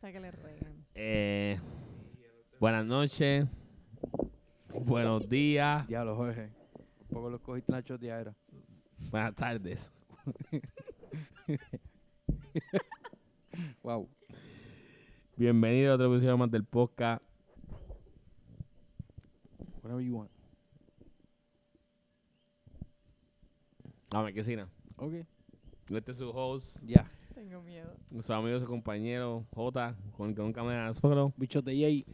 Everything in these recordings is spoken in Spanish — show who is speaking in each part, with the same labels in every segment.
Speaker 1: sea, que le ruegan.
Speaker 2: Eh, buenas noches. Buenos días.
Speaker 3: Diablo, Jorge. Un poco los cogiste en la choteadera.
Speaker 2: Buenas tardes.
Speaker 3: Wow.
Speaker 2: Bienvenido a otro episodio más del podcast.
Speaker 3: Whatever you want.
Speaker 2: Dame, Quesina.
Speaker 3: Ok.
Speaker 2: Este es su host,
Speaker 3: Ya.
Speaker 1: Tengo miedo.
Speaker 2: su amigo, su compañero, J, con el que nunca me da nosotros.
Speaker 3: Bichote Jay.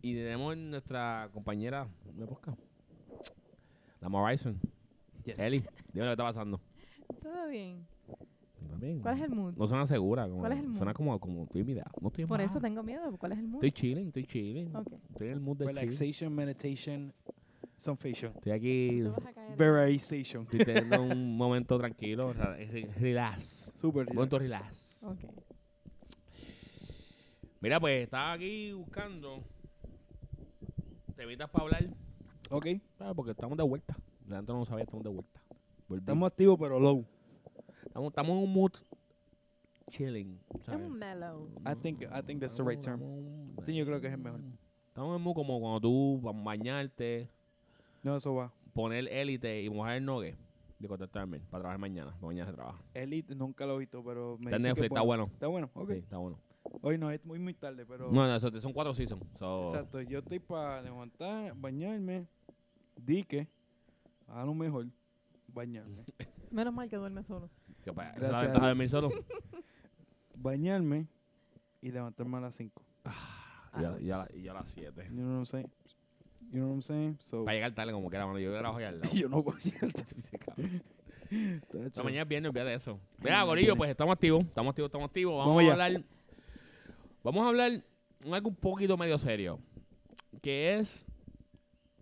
Speaker 2: Y tenemos nuestra compañera de podcast, la Morrison.
Speaker 3: Yes.
Speaker 2: Eli, dime lo que está pasando.
Speaker 1: Todo bien.
Speaker 2: ¿Está bien?
Speaker 1: ¿Cuál es el mood?
Speaker 2: No suena segura. Como,
Speaker 1: ¿Cuál es el mood?
Speaker 2: Suena como, como tímida. No estoy
Speaker 1: Por
Speaker 2: mal.
Speaker 1: eso tengo miedo. ¿Cuál es el mood?
Speaker 2: Estoy chilling, estoy chilling.
Speaker 1: Ok.
Speaker 2: Estoy en el mood de chill.
Speaker 3: Relaxation, meditation, sunfation.
Speaker 2: Estoy aquí,
Speaker 3: Verization.
Speaker 2: estoy teniendo un momento tranquilo. ra- re- Relax.
Speaker 3: Super.
Speaker 2: Un momento relax.
Speaker 1: Ok.
Speaker 2: Mira, pues estaba aquí buscando temitas para hablar.
Speaker 3: Ok.
Speaker 2: Claro, porque estamos de vuelta. De antes no lo sabía, estamos de vuelta. Volví.
Speaker 3: Estamos activos, pero low.
Speaker 2: estamos, estamos en un mood chilling.
Speaker 1: Es
Speaker 2: ¿sabes?
Speaker 1: un mellow.
Speaker 3: I think, I think that's the right term. I think yo creo que es el mejor.
Speaker 2: Estamos en un mood como cuando tú vas a bañarte,
Speaker 3: No, eso va.
Speaker 2: poner élite y mojar el nogue de contactarme para trabajar mañana. porque Mañana se trabaja.
Speaker 3: Elite nunca lo he visto, pero me
Speaker 2: Está en
Speaker 3: dicen que
Speaker 2: Netflix,
Speaker 3: es
Speaker 2: está bueno.
Speaker 3: Está bueno, ok.
Speaker 2: Sí, está bueno.
Speaker 3: Hoy no, es muy, muy tarde, pero...
Speaker 2: No, no, eso- son cuatro seasons. so-
Speaker 3: Exacto, yo estoy para levantar, bañarme, dique, a lo mejor, bañarme.
Speaker 1: Menos mal que duerme solo.
Speaker 2: que pa- esa es
Speaker 3: Gracias
Speaker 2: la
Speaker 3: a
Speaker 2: ventaja de
Speaker 3: Dios.
Speaker 2: dormir solo.
Speaker 3: Bañarme y levantarme a las 5.
Speaker 2: Y a- y a- y a las siete.
Speaker 3: You know what I'm saying? You know what I'm saying? So,
Speaker 2: Para llegar tarde como quiera, mano. Yo trabajo allá al lado.
Speaker 3: yo no voy
Speaker 2: Sí, cabrón.
Speaker 3: a
Speaker 2: Esta mañana es viernes, olvídate de eso. Mira, gorillo, pues estamos activos, estamos activos, estamos activos. Vamos,
Speaker 3: Vamos
Speaker 2: a
Speaker 3: allá.
Speaker 2: hablar. Vamos a hablar de algo un poquito medio serio. Que es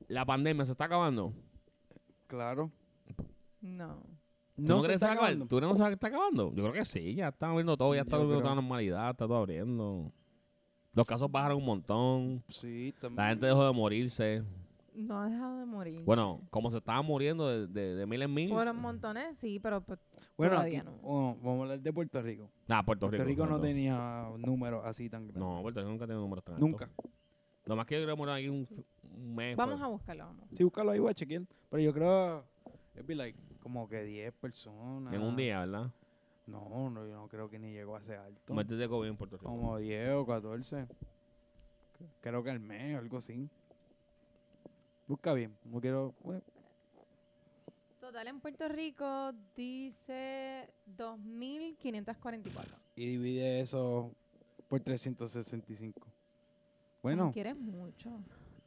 Speaker 2: la pandemia, se está acabando.
Speaker 3: Claro.
Speaker 1: No.
Speaker 2: ¿Tú no, crees
Speaker 3: se
Speaker 2: que se
Speaker 3: está
Speaker 2: va a acabar?
Speaker 3: acabando.
Speaker 2: ¿Tú no sabes que está acabando? Yo creo que sí, ya está abriendo todo, ya está
Speaker 3: Yo
Speaker 2: volviendo
Speaker 3: creo.
Speaker 2: toda la normalidad, está todo abriendo. Los casos bajaron un montón,
Speaker 3: Sí, también.
Speaker 2: la gente dejó de morirse.
Speaker 1: No ha dejado de morir.
Speaker 2: Bueno, como se estaba muriendo de, de- de mil en mil.
Speaker 1: Por un montones, sí, pero pues,
Speaker 3: bueno,
Speaker 1: todavía
Speaker 3: aquí-
Speaker 1: no.
Speaker 3: bueno, vamos a hablar de Puerto Rico.
Speaker 2: Ah, Puerto Rico.
Speaker 3: Puerto Rico no
Speaker 2: exacto.
Speaker 3: tenía números así tan grandes.
Speaker 2: No, Puerto Rico nunca ha tenido números tan altos.
Speaker 3: Nunca.
Speaker 2: Lo más que yo creo que murieron aquí un, un mes.
Speaker 1: vamos
Speaker 2: fue.
Speaker 1: a buscarlo, vamos.
Speaker 3: Sí, búscalo ahí, voy a chequear. Pero yo creo, it'd be like, como que 10 personas.
Speaker 2: En un día, ¿verdad?
Speaker 3: No, no, yo no creo que ni llegó a ese alto.
Speaker 2: Muertes de COVID en Puerto Rico.
Speaker 3: Como 10 o 14. Creo que al mes o algo así. Busca bien. No quiero. bueno,
Speaker 1: Total en Puerto Rico dice 2.544.
Speaker 3: y divide eso por 365.
Speaker 1: No
Speaker 3: Bueno,
Speaker 1: quieres mucho.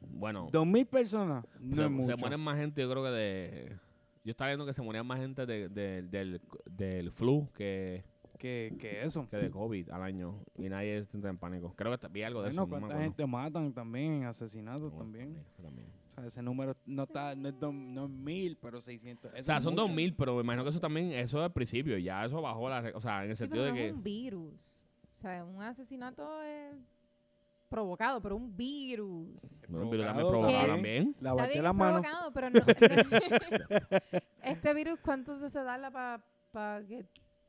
Speaker 2: Bueno,
Speaker 3: 2000 personas no
Speaker 2: se,
Speaker 3: es
Speaker 2: se
Speaker 3: mucho.
Speaker 2: mueren más gente, yo creo que de... Yo estaba viendo que se morían más gente de- de- del, del flu que,
Speaker 3: Que, que eso.
Speaker 2: que de COVID al año. Y nadie entra en pánico. Creo que t- vi algo de eso.
Speaker 3: Bueno,
Speaker 2: no me
Speaker 3: cuánta
Speaker 2: acuerdo.
Speaker 3: gente matan también, asesinatos
Speaker 2: Bueno,
Speaker 3: también.
Speaker 2: también.
Speaker 3: O sea, ese número no está, no es, dos- no es mil, pero 600.
Speaker 2: O sea, son 2000, pero me imagino que eso también, eso al principio, ya eso bajó la... re- O sea, en el
Speaker 1: Sí,
Speaker 2: sentido
Speaker 1: pero
Speaker 2: de
Speaker 1: no
Speaker 2: que...
Speaker 1: es un virus. O sea, un asesinato es provocado, pero un virus.
Speaker 2: Bueno, pero también
Speaker 3: Provocado,
Speaker 2: provocado
Speaker 1: ¿Qué?
Speaker 2: también.
Speaker 1: Está
Speaker 3: Lavarte
Speaker 1: bien
Speaker 3: las
Speaker 1: que
Speaker 3: manos.
Speaker 1: provocado, pero no. no- este virus, ¿cuánto se da para que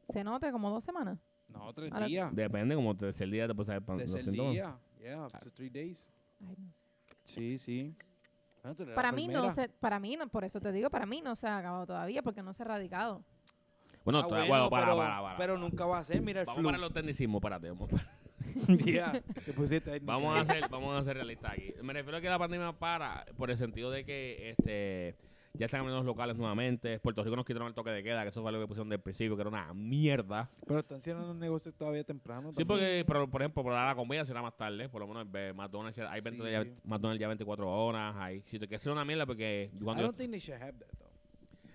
Speaker 1: se note? ¿Como dos semanas?
Speaker 3: No, tres
Speaker 1: Ahora-
Speaker 3: días.
Speaker 2: Depende, como tercer día después de los
Speaker 3: Desde el
Speaker 2: síntomas.
Speaker 3: día. Yeah, up to three days.
Speaker 1: Ay, no sé.
Speaker 3: Sí, sí. Ah, tú eres la
Speaker 1: Para mí no
Speaker 3: enfermera.
Speaker 1: se, para mí no, por eso te digo, para mí no se ha acabado todavía porque no se ha erradicado.
Speaker 2: Bueno,
Speaker 3: Ah,
Speaker 2: tra- bueno,
Speaker 3: bueno,
Speaker 2: para,
Speaker 3: pero,
Speaker 2: para, para.
Speaker 3: pero nunca va a ser, mira el
Speaker 2: vamos para los tecnicismos, espérate. Vamos,
Speaker 3: flu. Ya, te pusiste ahí.
Speaker 2: vamos a hacer, vamos a hacer realistas aquí. Me refiero a que la pandemia para por el sentido de que este ya están abriendo los locales nuevamente. Puerto Rico nos quitaron el toque de queda, que eso fue lo que pusieron del principio, que era una mierda.
Speaker 3: Pero están cerrando los negocios todavía temprano.
Speaker 2: Sí,
Speaker 3: también.
Speaker 2: porque, pero, por ejemplo, por ahora la comida será más tarde. Por lo menos eh, McDonald's, hay
Speaker 3: Sí.
Speaker 2: 20 ya- McDonald's ya 24 horas. Hay sitios que hacer una mierda porque
Speaker 3: I
Speaker 2: cuando
Speaker 3: don't think they should have that, though.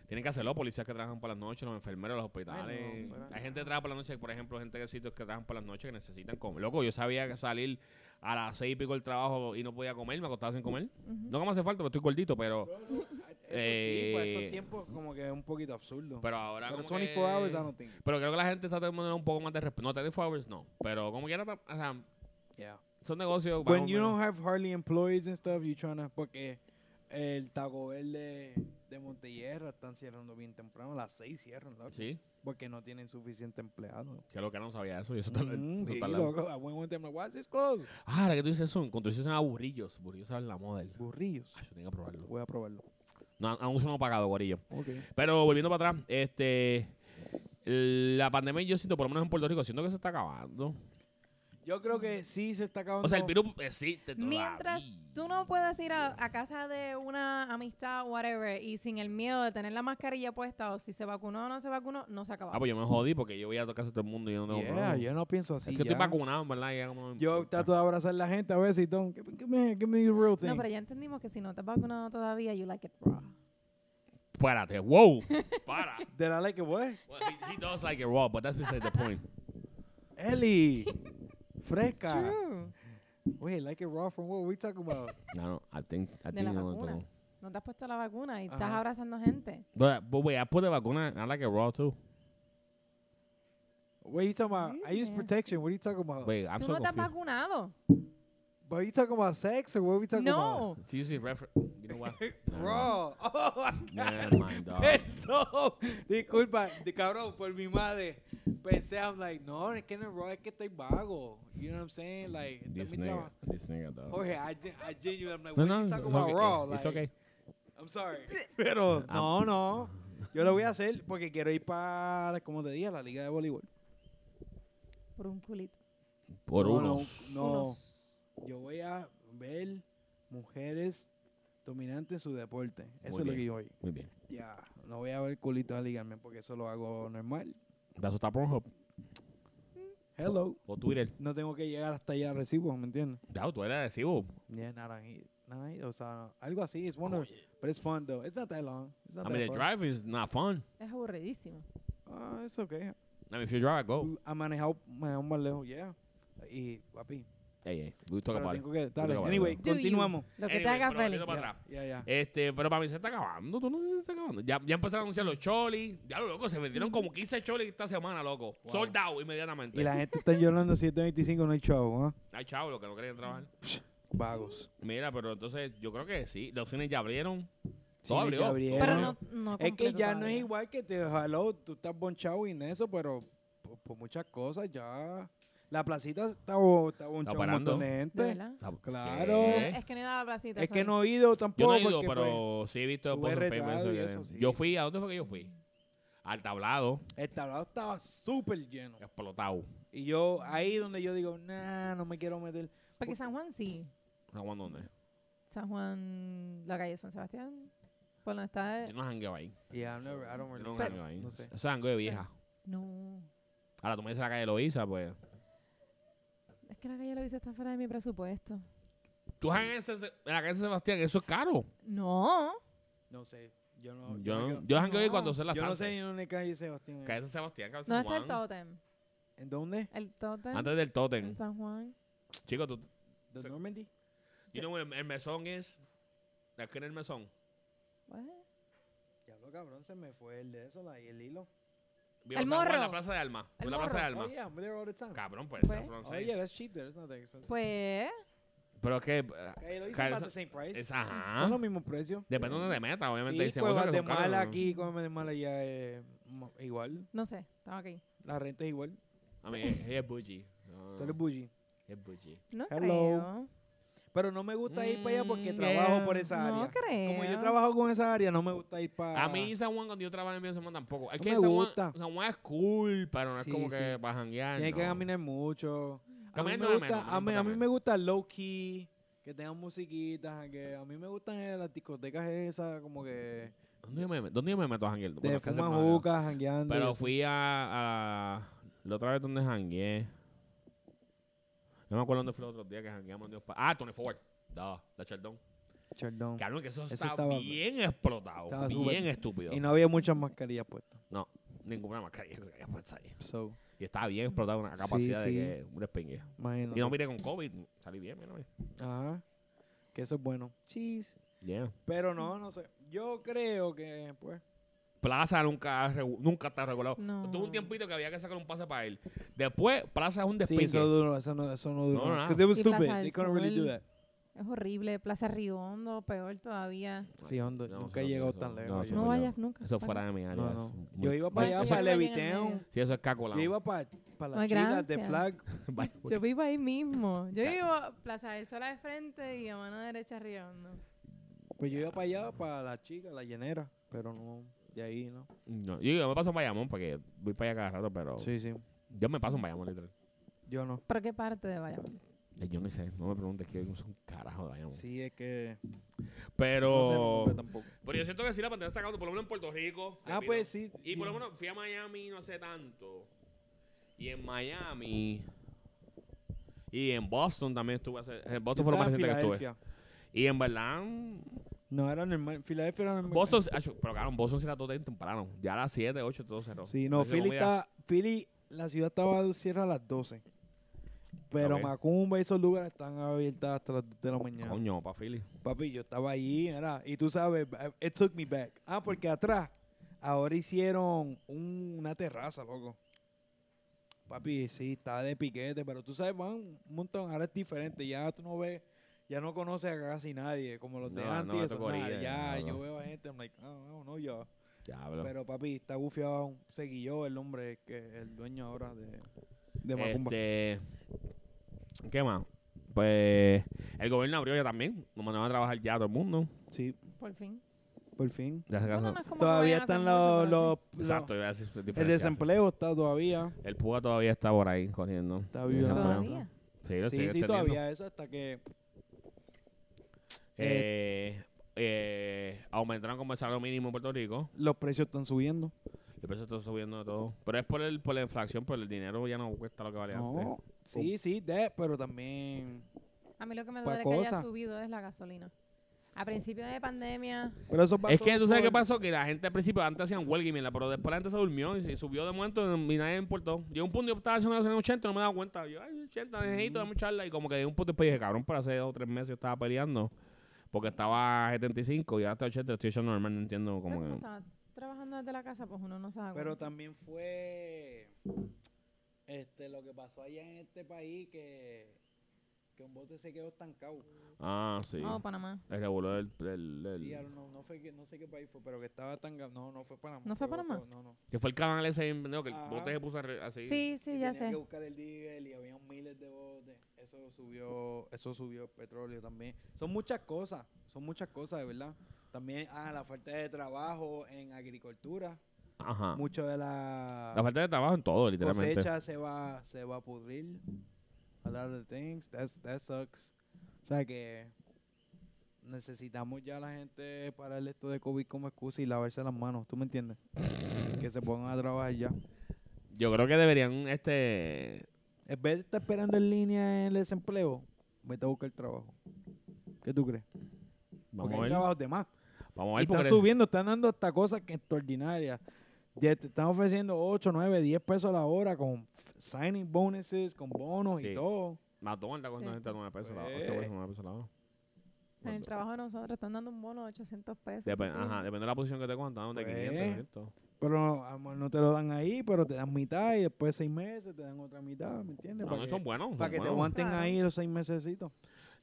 Speaker 2: Tienen que hacerlo, policías que trabajan por las noches, los enfermeros, los hospitales.
Speaker 3: Bueno, pero-
Speaker 2: Hay gente que trabaja por las noches, por ejemplo, gente de sitios que trabajan por las noches que necesitan comer. Loco, yo sabía que salir a las seis y pico del trabajo y no podía comer, me acostaba sin comer. No que me hace falta, porque estoy gordito, pero,
Speaker 3: Eso sí, pues
Speaker 2: Eh,
Speaker 3: esos tiempos como que es un poquito absurdo.
Speaker 2: pero ahora.
Speaker 3: Pero
Speaker 2: como
Speaker 3: 24
Speaker 2: que-
Speaker 3: hours, I don't think.
Speaker 2: Pero creo que la gente está teniendo un poco más de respeto. No, 24 hours no. Pero como quiera, o sea,
Speaker 3: Yeah.
Speaker 2: son negocios.
Speaker 3: When
Speaker 2: vamos,
Speaker 3: you
Speaker 2: vamos.
Speaker 3: don't have hardly employees and stuff, you trying to... Porque el Taco Verde de Montellierra están cerrando bien temprano. A las 6 cierran, loco.
Speaker 2: Sí,
Speaker 3: Porque no tienen suficiente empleado.
Speaker 2: que lo que no sabía eso. Y eso está,
Speaker 3: Mm,
Speaker 2: eso
Speaker 3: sí,
Speaker 2: está al lado.
Speaker 3: loco. A buen momento. What's this close?
Speaker 2: Ah, ahora que tú dices eso, encontré eso se llama Burrillos. Burrillos saben la model.
Speaker 3: Burrillos.
Speaker 2: Ah, yo tengo que probarlo.
Speaker 3: Voy a probarlo.
Speaker 2: No, aún eso no he pagado, gorillo.
Speaker 3: Ok.
Speaker 2: Pero volviendo para atrás, este. La pandemia, yo siento, por lo menos en Puerto Rico, siento que se está acabando.
Speaker 3: Yo creo que sí se está acabando.
Speaker 2: O sea, el virus existe todavía.
Speaker 1: Mientras tú no puedas ir a, a casa de una amistad, whatever, y sin el miedo de tener la mascarilla puesta o si se vacunó o no se vacunó, no se acaba.
Speaker 2: Ah, pues yo me jodí porque yo voy a tocar a todo el mundo y yo no tengo
Speaker 3: Yeah,
Speaker 2: problema.
Speaker 3: yo no pienso así.
Speaker 2: es que
Speaker 3: ya.
Speaker 2: estoy vacunado, en ¿verdad? Ya como no me
Speaker 3: Yo
Speaker 2: importa.
Speaker 3: trato de abrazar a la gente a veces y todo. Give, me, give me the real thing.
Speaker 1: no, pero ya entendimos que si no te has vacunado todavía, you like it raw.
Speaker 2: Párate, wow. Para.
Speaker 3: Did I like it what?
Speaker 2: Well, he, he does like it raw, but that's beside the point.
Speaker 3: Eli. Fresca.
Speaker 1: True.
Speaker 3: Wait, like it raw from what we talking about?
Speaker 2: No, no, I think,
Speaker 1: De
Speaker 2: I think
Speaker 1: la
Speaker 2: no,
Speaker 1: vacuna.
Speaker 2: no.
Speaker 1: No te has puesto la vacuna y estás
Speaker 3: Ajá.
Speaker 1: abrazando gente.
Speaker 2: But, but wait, I put the vacuna, I like it raw too.
Speaker 3: What you talking about? I use
Speaker 1: Yeah.
Speaker 3: protection. What are you talking about?
Speaker 2: Wait, I'm
Speaker 1: tú
Speaker 2: so
Speaker 1: no te has
Speaker 2: confused.
Speaker 1: vacunado.
Speaker 3: But are you talking about sex or what we talking
Speaker 1: No.
Speaker 2: Do you see refer- You know what?
Speaker 3: about? Raw. Oh, my
Speaker 2: Never mind, dog.
Speaker 3: No, disculpa, de cabrón, por mi madre. Pensé, I'm like, no, es que no es raw, es que estoy vago. You know what I'm saying? Like, este es
Speaker 2: This
Speaker 3: mi
Speaker 2: nigga,
Speaker 3: trabajo.
Speaker 2: this nigga, dog.
Speaker 3: Jorge, I, gen- I genuinely, I'm like,
Speaker 2: No,
Speaker 3: what
Speaker 2: no,
Speaker 3: you
Speaker 2: it's
Speaker 3: talking about
Speaker 2: okay.
Speaker 3: raw?
Speaker 2: It's
Speaker 3: Like,
Speaker 2: okay.
Speaker 3: I'm sorry. Pero,
Speaker 2: Ah.
Speaker 3: no, no. Yo lo voy a hacer porque quiero ir para, como te dije, la liga de voleibol.
Speaker 1: Por un culito.
Speaker 2: Por
Speaker 3: no, no,
Speaker 2: unos.
Speaker 3: No,
Speaker 1: Unos.
Speaker 3: Yo voy a ver mujeres dominantes en su deporte.
Speaker 2: Muy
Speaker 3: Eso es lo
Speaker 2: bien.
Speaker 3: que yo voy.
Speaker 2: Muy bien.
Speaker 3: Ya, no voy a ver culitos a ligarme porque eso lo hago normal.
Speaker 2: Eso está Pornhub
Speaker 3: Hello.
Speaker 2: o Twitter.
Speaker 3: No tengo que llegar hasta allá a recibos, ¿me entiendes?
Speaker 2: Claro, tú eres agresivo.
Speaker 3: Yeah, naranjito. Naranjito, o sea, algo así. It's wonderful. But it's fun, though. It's not that long. It's not
Speaker 2: I mean, the
Speaker 3: that far.
Speaker 2: drive is not fun.
Speaker 1: Es aburridísimo.
Speaker 3: Ah, it's okay.
Speaker 2: I mean, if you drive, go.
Speaker 3: A manejado, manejado más lejos, yeah. Y, papi.
Speaker 2: Hey, hey, we talk
Speaker 3: pero
Speaker 2: about it.
Speaker 3: tengo que, dale.
Speaker 2: about it,
Speaker 3: Anyway,
Speaker 2: dale.
Speaker 1: Do you.
Speaker 3: continuamos.
Speaker 1: Lo que te
Speaker 2: Anyway,
Speaker 1: haga
Speaker 2: pero
Speaker 1: feliz.
Speaker 2: volviendo para atrás.
Speaker 3: Ya, ya.
Speaker 2: Este, pero para mí se está acabando. Tú no sé si se está acabando. Ya, ya empezaron a anunciar los cholis. Ya lo loco, se vendieron como 15 cholis esta semana, loco.
Speaker 3: Wow.
Speaker 2: Sold out inmediatamente.
Speaker 3: Y la gente está llorando 725, no hay chavo, ¿ah?
Speaker 2: Ay, chavo, los que no querían trabajar.
Speaker 3: Vagos.
Speaker 2: Mira, pero entonces yo creo que sí. Los cines ya abrieron.
Speaker 3: Sí,
Speaker 2: Todo abrió.
Speaker 3: ya
Speaker 2: Todo
Speaker 3: abrieron.
Speaker 1: Pero
Speaker 2: abrió.
Speaker 1: no, no
Speaker 3: Eh, Es que
Speaker 1: completo
Speaker 3: ya no
Speaker 1: todavía.
Speaker 3: es igual que te jaló, tú estás bonchado y en eso, pero por, por muchas cosas ya. La placita está, bo- está bonchado un
Speaker 2: parando.
Speaker 3: montón de
Speaker 1: ¿De
Speaker 3: gente.
Speaker 1: verdad?
Speaker 2: Ah,
Speaker 3: Claro.
Speaker 1: No,
Speaker 2: ¿qué?
Speaker 1: Es que no he dado placita.
Speaker 3: pues. Es que
Speaker 1: sorry.
Speaker 3: no he ido tampoco.
Speaker 2: Yo no he ido,
Speaker 3: porque,
Speaker 2: pero sí he visto
Speaker 3: tuve
Speaker 2: posts en Facebook. pues,
Speaker 3: retraso
Speaker 2: eso
Speaker 3: y
Speaker 2: que-
Speaker 3: eso, sí.
Speaker 2: Yo fui, ¿a dónde fue que yo fui? Al tablado,
Speaker 3: pues, el tablado estaba súper lleno.
Speaker 2: explotado.
Speaker 3: Y yo, ahí donde yo digo, nah, no me quiero meter.
Speaker 1: Porque San Juan sí.
Speaker 2: No, ¿cuándo dónde?
Speaker 1: San Juan, la calle San Sebastián. Por donde está.
Speaker 2: Yo no jangueo ahí.
Speaker 3: Yeah, I'm never- I
Speaker 2: Yo
Speaker 3: don't really
Speaker 2: no
Speaker 3: know.
Speaker 2: jangueo ahí.
Speaker 3: no sé.
Speaker 2: Eso es jangueo de vieja.
Speaker 1: No.
Speaker 2: Ahora tú me dices la calle Loiza, pues.
Speaker 1: Es que la calle Luisa está fuera de mi presupuesto.
Speaker 2: Tú jangueas en ese- en la calle Sebastián, eso es caro.
Speaker 1: No.
Speaker 3: No sé. Oh, Yo no.
Speaker 2: Yo,
Speaker 3: no
Speaker 2: no,
Speaker 3: quiero-
Speaker 2: yo jangueo ahí
Speaker 1: No.
Speaker 2: cuando se la
Speaker 3: yo no sé
Speaker 2: santa.
Speaker 3: ni dónde calle Sebastián. es.
Speaker 2: Calle San Sebastián, calle
Speaker 1: ¿Dónde
Speaker 2: San
Speaker 1: está el
Speaker 2: Juan.
Speaker 1: tótem?
Speaker 3: ¿En dónde?
Speaker 1: El tótem.
Speaker 2: Antes del
Speaker 1: En
Speaker 2: Totem.
Speaker 1: San Juan.
Speaker 2: Chicos, tú.
Speaker 3: ¿De
Speaker 2: Sí.
Speaker 3: Normandy?
Speaker 2: You know, el, el mesón es. ¿De qué es el mesón?
Speaker 1: What?
Speaker 3: Ya lo cabrón, se me fue el de eso, la- el hilo.
Speaker 2: Vivo
Speaker 1: El
Speaker 2: San Juan,
Speaker 1: morro.
Speaker 2: La plaza de Alma.
Speaker 1: El
Speaker 2: Vivo La plaza de
Speaker 3: Oh,
Speaker 2: Alma.
Speaker 3: yeah, I'm there all the time.
Speaker 2: Cabrón, pues.
Speaker 1: Pues.
Speaker 2: that's what I'm
Speaker 3: Oh,
Speaker 2: saying.
Speaker 3: yeah, that's cheap there. It's not that expensive.
Speaker 1: Pues.
Speaker 2: Pero es que. eh,
Speaker 3: Calle Eloísa
Speaker 2: Calle
Speaker 3: about
Speaker 2: Sa-
Speaker 3: the same price.
Speaker 2: Es, ajá.
Speaker 3: Son los mismos precios.
Speaker 2: Depende de dónde te metas, obviamente.
Speaker 3: Sí,
Speaker 2: dicen, "Oye,
Speaker 3: Cuevas
Speaker 2: que
Speaker 3: de
Speaker 2: son caros",
Speaker 3: mala
Speaker 2: ¿no?
Speaker 3: aquí, Cuevas de mala allá eh, mo- igual.
Speaker 1: No sé. Estamos aquí.
Speaker 3: La renta es igual.
Speaker 2: A mí, ella es bougie. No,
Speaker 3: Tú eres bougie.
Speaker 2: es bougie.
Speaker 1: No
Speaker 3: Hello.
Speaker 1: creo.
Speaker 3: Pero no me gusta ir para allá porque
Speaker 2: Mm,
Speaker 3: trabajo
Speaker 2: yeah.
Speaker 3: por esa
Speaker 1: No
Speaker 3: área.
Speaker 1: creo.
Speaker 3: Como yo trabajo con esa área, no me gusta ir para...
Speaker 2: A mí San Juan, cuando yo trabajaba en Villa San Juan, tampoco. Es
Speaker 3: Ah. No
Speaker 2: que
Speaker 3: me
Speaker 2: San Juan,
Speaker 3: gusta.
Speaker 2: San Juan es cool, pero no
Speaker 3: Sí,
Speaker 2: es como
Speaker 3: sí.
Speaker 2: que para janguear.
Speaker 3: Tienes que
Speaker 2: no.
Speaker 3: caminar mucho. A mí,
Speaker 2: Caminar
Speaker 3: me
Speaker 2: no es
Speaker 3: gusta,
Speaker 2: menos, no
Speaker 3: a, mí, a mí
Speaker 2: importa
Speaker 3: me gusta low key, que tengan musiquitas, que a mí me gustan eh, las discotecas esas, como que
Speaker 2: ¿Dónde yo me, dónde yo me meto a janguear? Bueno,
Speaker 3: de
Speaker 2: es que hace
Speaker 3: fuma
Speaker 2: más-
Speaker 3: juca, jangueando. y
Speaker 2: Pero
Speaker 3: eso.
Speaker 2: fui a, a- La otra vez donde jangué. No me acuerdo dónde fue los otros días que jangueamos. dónde fue. Ah, Tony Ford. Da, da Chardón.
Speaker 3: Chardón.
Speaker 2: Cabrón, que eso,
Speaker 3: Eso
Speaker 2: está
Speaker 3: estaba-
Speaker 2: bien explotado.
Speaker 3: estaba
Speaker 2: bien
Speaker 3: súper-
Speaker 2: estúpido.
Speaker 3: Y no había muchas mascarillas puestas.
Speaker 2: No, ninguna mascarilla que había puesto ahí.
Speaker 3: So,
Speaker 2: Y estaba bien explotado una
Speaker 3: Sí,
Speaker 2: capacidad
Speaker 3: sí.
Speaker 2: de que un respingue.
Speaker 3: imagínate.
Speaker 2: Y no miré con COVID. Salí bien, mira. mira.
Speaker 3: Ajá. Que eso es bueno. Cheese.
Speaker 2: Yeah.
Speaker 3: Pero no, no sé. Yo creo que, pues.
Speaker 2: Plaza nunca, ha regu- nunca está regulado.
Speaker 1: No.
Speaker 2: Tuvo un tiempito que había que sacar un pase para él. Después, Plaza es un
Speaker 3: Sí,
Speaker 2: despingue.
Speaker 3: eso, duró, eso, no, eso no duró.
Speaker 2: no, no.
Speaker 3: Because it was
Speaker 1: Y Plaza
Speaker 3: stupid.
Speaker 1: del
Speaker 3: They couldn't really do
Speaker 1: Sol.
Speaker 3: that.
Speaker 1: Es horrible. Plaza Riondo, peor todavía.
Speaker 2: No,
Speaker 3: Riondo,
Speaker 2: eso
Speaker 3: nunca he
Speaker 2: no-
Speaker 3: llegado
Speaker 2: eso-
Speaker 3: tan
Speaker 2: no,
Speaker 3: lejos.
Speaker 2: eso
Speaker 1: No
Speaker 2: muy
Speaker 1: vayas
Speaker 2: lejos.
Speaker 1: nunca.
Speaker 2: Eso
Speaker 1: Para-
Speaker 2: fuera de mi área.
Speaker 3: no,
Speaker 2: es
Speaker 3: no.
Speaker 2: muy-
Speaker 3: Yo iba para
Speaker 1: Bueno,
Speaker 3: allá,
Speaker 1: eso
Speaker 3: para
Speaker 1: no llega en
Speaker 3: Levitown.
Speaker 1: medio.
Speaker 2: Si eso es cacolao.
Speaker 3: Yo iba para
Speaker 1: No hay
Speaker 3: las chicas de
Speaker 1: gracia.
Speaker 3: Flag.
Speaker 2: Vaya,
Speaker 1: Yo vivo ahí mismo. Yo vivo Plaza del Sol de frente y a mano derecha Riondo.
Speaker 3: Pues yo iba para allá, para las chicas, la llenera. Pero no, de ahí, ¿no?
Speaker 2: No, yo, yo me paso en Bayamón porque voy para allá cada rato, pero
Speaker 3: Sí, sí.
Speaker 2: yo me paso en Bayamón, literal.
Speaker 3: Yo no.
Speaker 1: ¿Pero qué parte de Bayamón?
Speaker 2: Eh, Yo no sé, no me preguntes que es un carajo de Bayamón.
Speaker 3: Sí, es que. No sé mi
Speaker 2: Pero,
Speaker 3: nombre tampoco.
Speaker 2: pero yo siento que sí la pandemia está acabando, por lo menos en Puerto Rico. te
Speaker 3: Ah,
Speaker 2: pido.
Speaker 3: pues sí.
Speaker 2: Y por lo menos fui a Miami no hace tanto. Y en Miami. Y en Boston también estuve hace. En Boston fue lo más
Speaker 3: Estaba en
Speaker 2: reciente que estuve.
Speaker 3: Filadelfia.
Speaker 2: Y en verdad.
Speaker 3: No, era en el. mar- Filadelfia era en el. mar-
Speaker 2: Boston. acho, Pero claro, Boston será todo de temprano. Ya a las 7, 8, todo cerró.
Speaker 3: Sí, no,
Speaker 2: Entonces,
Speaker 3: Philly,
Speaker 2: como ya-
Speaker 3: está, Philly, la ciudad estaba cierra a las 12. Pero
Speaker 2: Ok.
Speaker 3: Macumba y esos lugares están abiertas hasta las 2 de la mañana.
Speaker 2: Coño, para Philly.
Speaker 3: Papi, yo estaba allí, era, y tú sabes, I- it took me back. Ah, porque atrás, ahora hicieron un- una terraza, loco. Papi, sí, está de piquete, pero tú sabes, van un montón, ahora es diferente, ya tú no ves, ya no conoces a casi nadie, como los de
Speaker 2: No, no
Speaker 3: antes,
Speaker 2: me
Speaker 3: eso,
Speaker 2: tocó
Speaker 3: nada,
Speaker 2: ir,
Speaker 3: ya,
Speaker 2: no,
Speaker 3: yo
Speaker 2: no.
Speaker 3: veo a gente, I'm like, oh, no, yo.
Speaker 2: Diablo.
Speaker 3: Pero papi, está gufiado, se guilló el hombre que el dueño ahora de, de Macumba.
Speaker 2: Este, ¿Qué más? Pues el gobierno abrió ya también. Como no va a trabajar ya todo el mundo.
Speaker 3: Sí,
Speaker 1: Por fin.
Speaker 3: por fin.
Speaker 2: Ya se
Speaker 1: Bueno,
Speaker 2: casó.
Speaker 1: no es como que
Speaker 3: Todavía
Speaker 1: vayan a hacer
Speaker 3: están
Speaker 1: mucho,
Speaker 3: los,
Speaker 1: pero
Speaker 3: los, los-
Speaker 2: Exacto, yo voy a decir
Speaker 3: el
Speaker 2: diferenciarse.
Speaker 3: desempleo está todavía.
Speaker 2: El púa todavía está por ahí corriendo.
Speaker 3: Está
Speaker 2: El
Speaker 1: sí.
Speaker 3: violando.
Speaker 2: desempleo.
Speaker 1: Todavía.
Speaker 2: Sí, lo
Speaker 3: Sí,
Speaker 2: sigue
Speaker 3: sí,
Speaker 2: teniendo.
Speaker 3: todavía eso hasta que
Speaker 2: Eh, eh, aumentaron como el salario mínimo en Puerto Rico.
Speaker 3: los precios están subiendo.
Speaker 2: El precio está subiendo de todo. Pero es por, el, por la inflación, por el dinero ya no cuesta lo que valía
Speaker 3: No,
Speaker 2: antes.
Speaker 3: sí, sí, de, pero también.
Speaker 1: A mí lo que me
Speaker 3: Pa'
Speaker 1: duele que haya
Speaker 3: cosa.
Speaker 1: subido es la gasolina. A principios de pandemia,
Speaker 3: Pero eso
Speaker 2: Es
Speaker 3: pasó
Speaker 2: que tú sabes qué
Speaker 3: por-
Speaker 2: pasó, que la gente al principio antes hacían huelga y mierda, pero después la gente se durmió y se subió de momento y nadie me importó. Llegó un punto, yo estaba haciendo una gasolina en 80 no me daba cuenta. Yo, ay, 80, necesito, dame charla. Y como que de un punto después dije, cabrón, para hace dos o tres meses yo estaba peleando porque estaba a 75 y ahora está a 80, estoy echando normal, no entiendo
Speaker 1: pero
Speaker 2: cómo
Speaker 1: como
Speaker 2: que...
Speaker 1: estaba trabajando desde la casa, pues uno no sabe.
Speaker 3: Pero
Speaker 1: cuánto.
Speaker 3: también fue este lo que pasó allá en este país que, que un bote se quedó estancado.
Speaker 2: Ah, sí.
Speaker 1: Oh, Panamá.
Speaker 2: El revolú del... del- del-
Speaker 3: Sí, ahora no, no, fue que- no sé qué país fue, pero que estaba tan... ga- No, no fue Panamá.
Speaker 1: ¿No fue
Speaker 3: otro-
Speaker 1: Panamá?
Speaker 3: No, no.
Speaker 2: Que fue el canal ese inventado que el
Speaker 3: Ajá.
Speaker 2: bote se puso a re- así.
Speaker 1: Sí,
Speaker 3: Y
Speaker 1: sí, ya
Speaker 3: tenía que
Speaker 1: sé.
Speaker 3: buscar el diésel y había miles de botes. Eso subió, eso subió el petróleo también. Son muchas cosas, son muchas cosas, de verdad. También, ah, la falta de trabajo en agricultura.
Speaker 2: Ajá.
Speaker 3: Mucho de
Speaker 2: Ah. La falta de trabajo en todo, literalmente.
Speaker 3: cosecha se va, se va a pudrir. A lot of things. That's, that sucks. O sea que necesitamos ya la gente para el esto de COVID como excusa y lavarse las manos. ¿Tú me entiendes? que se pongan a trabajar ya.
Speaker 2: Yo creo que deberían, este...
Speaker 3: En vez de estar esperando en línea el desempleo, vete a buscar trabajo. ¿Qué tú crees?
Speaker 2: Vamos
Speaker 3: Porque
Speaker 2: a
Speaker 3: hay
Speaker 2: ver.
Speaker 3: trabajos de más.
Speaker 2: Vamos a
Speaker 3: Y
Speaker 2: ver.
Speaker 3: están
Speaker 2: porque-
Speaker 3: subiendo, están dando hasta cosas que extraordinarias. Ya te están ofreciendo 8, 9, 10 pesos a la hora con f- signing bonuses, con bonos
Speaker 2: Sí.
Speaker 3: y todo.
Speaker 2: McDonald's está cogiendo
Speaker 1: Sí. Pues,
Speaker 2: gente a 9 pesos, la-
Speaker 3: Pues.
Speaker 2: 8 pesos, 9 pesos la hora.
Speaker 1: En el trabajo de nosotros están dando un bono de 800 pesos.
Speaker 2: Depen-
Speaker 1: así que-
Speaker 2: pues, ajá, depende de la posición que te cojan, te dan de
Speaker 3: Pues.
Speaker 2: 500, 600.
Speaker 3: Pero a lo mejor no te lo dan ahí, pero te dan mitad y después de seis meses te dan otra mitad, ¿me
Speaker 2: No,
Speaker 3: entiendes? para
Speaker 2: no,
Speaker 3: que,
Speaker 2: son buenos. son
Speaker 3: para que te
Speaker 2: buenos.
Speaker 3: aguanten
Speaker 1: Claro.
Speaker 3: ahí los seis mesecitos.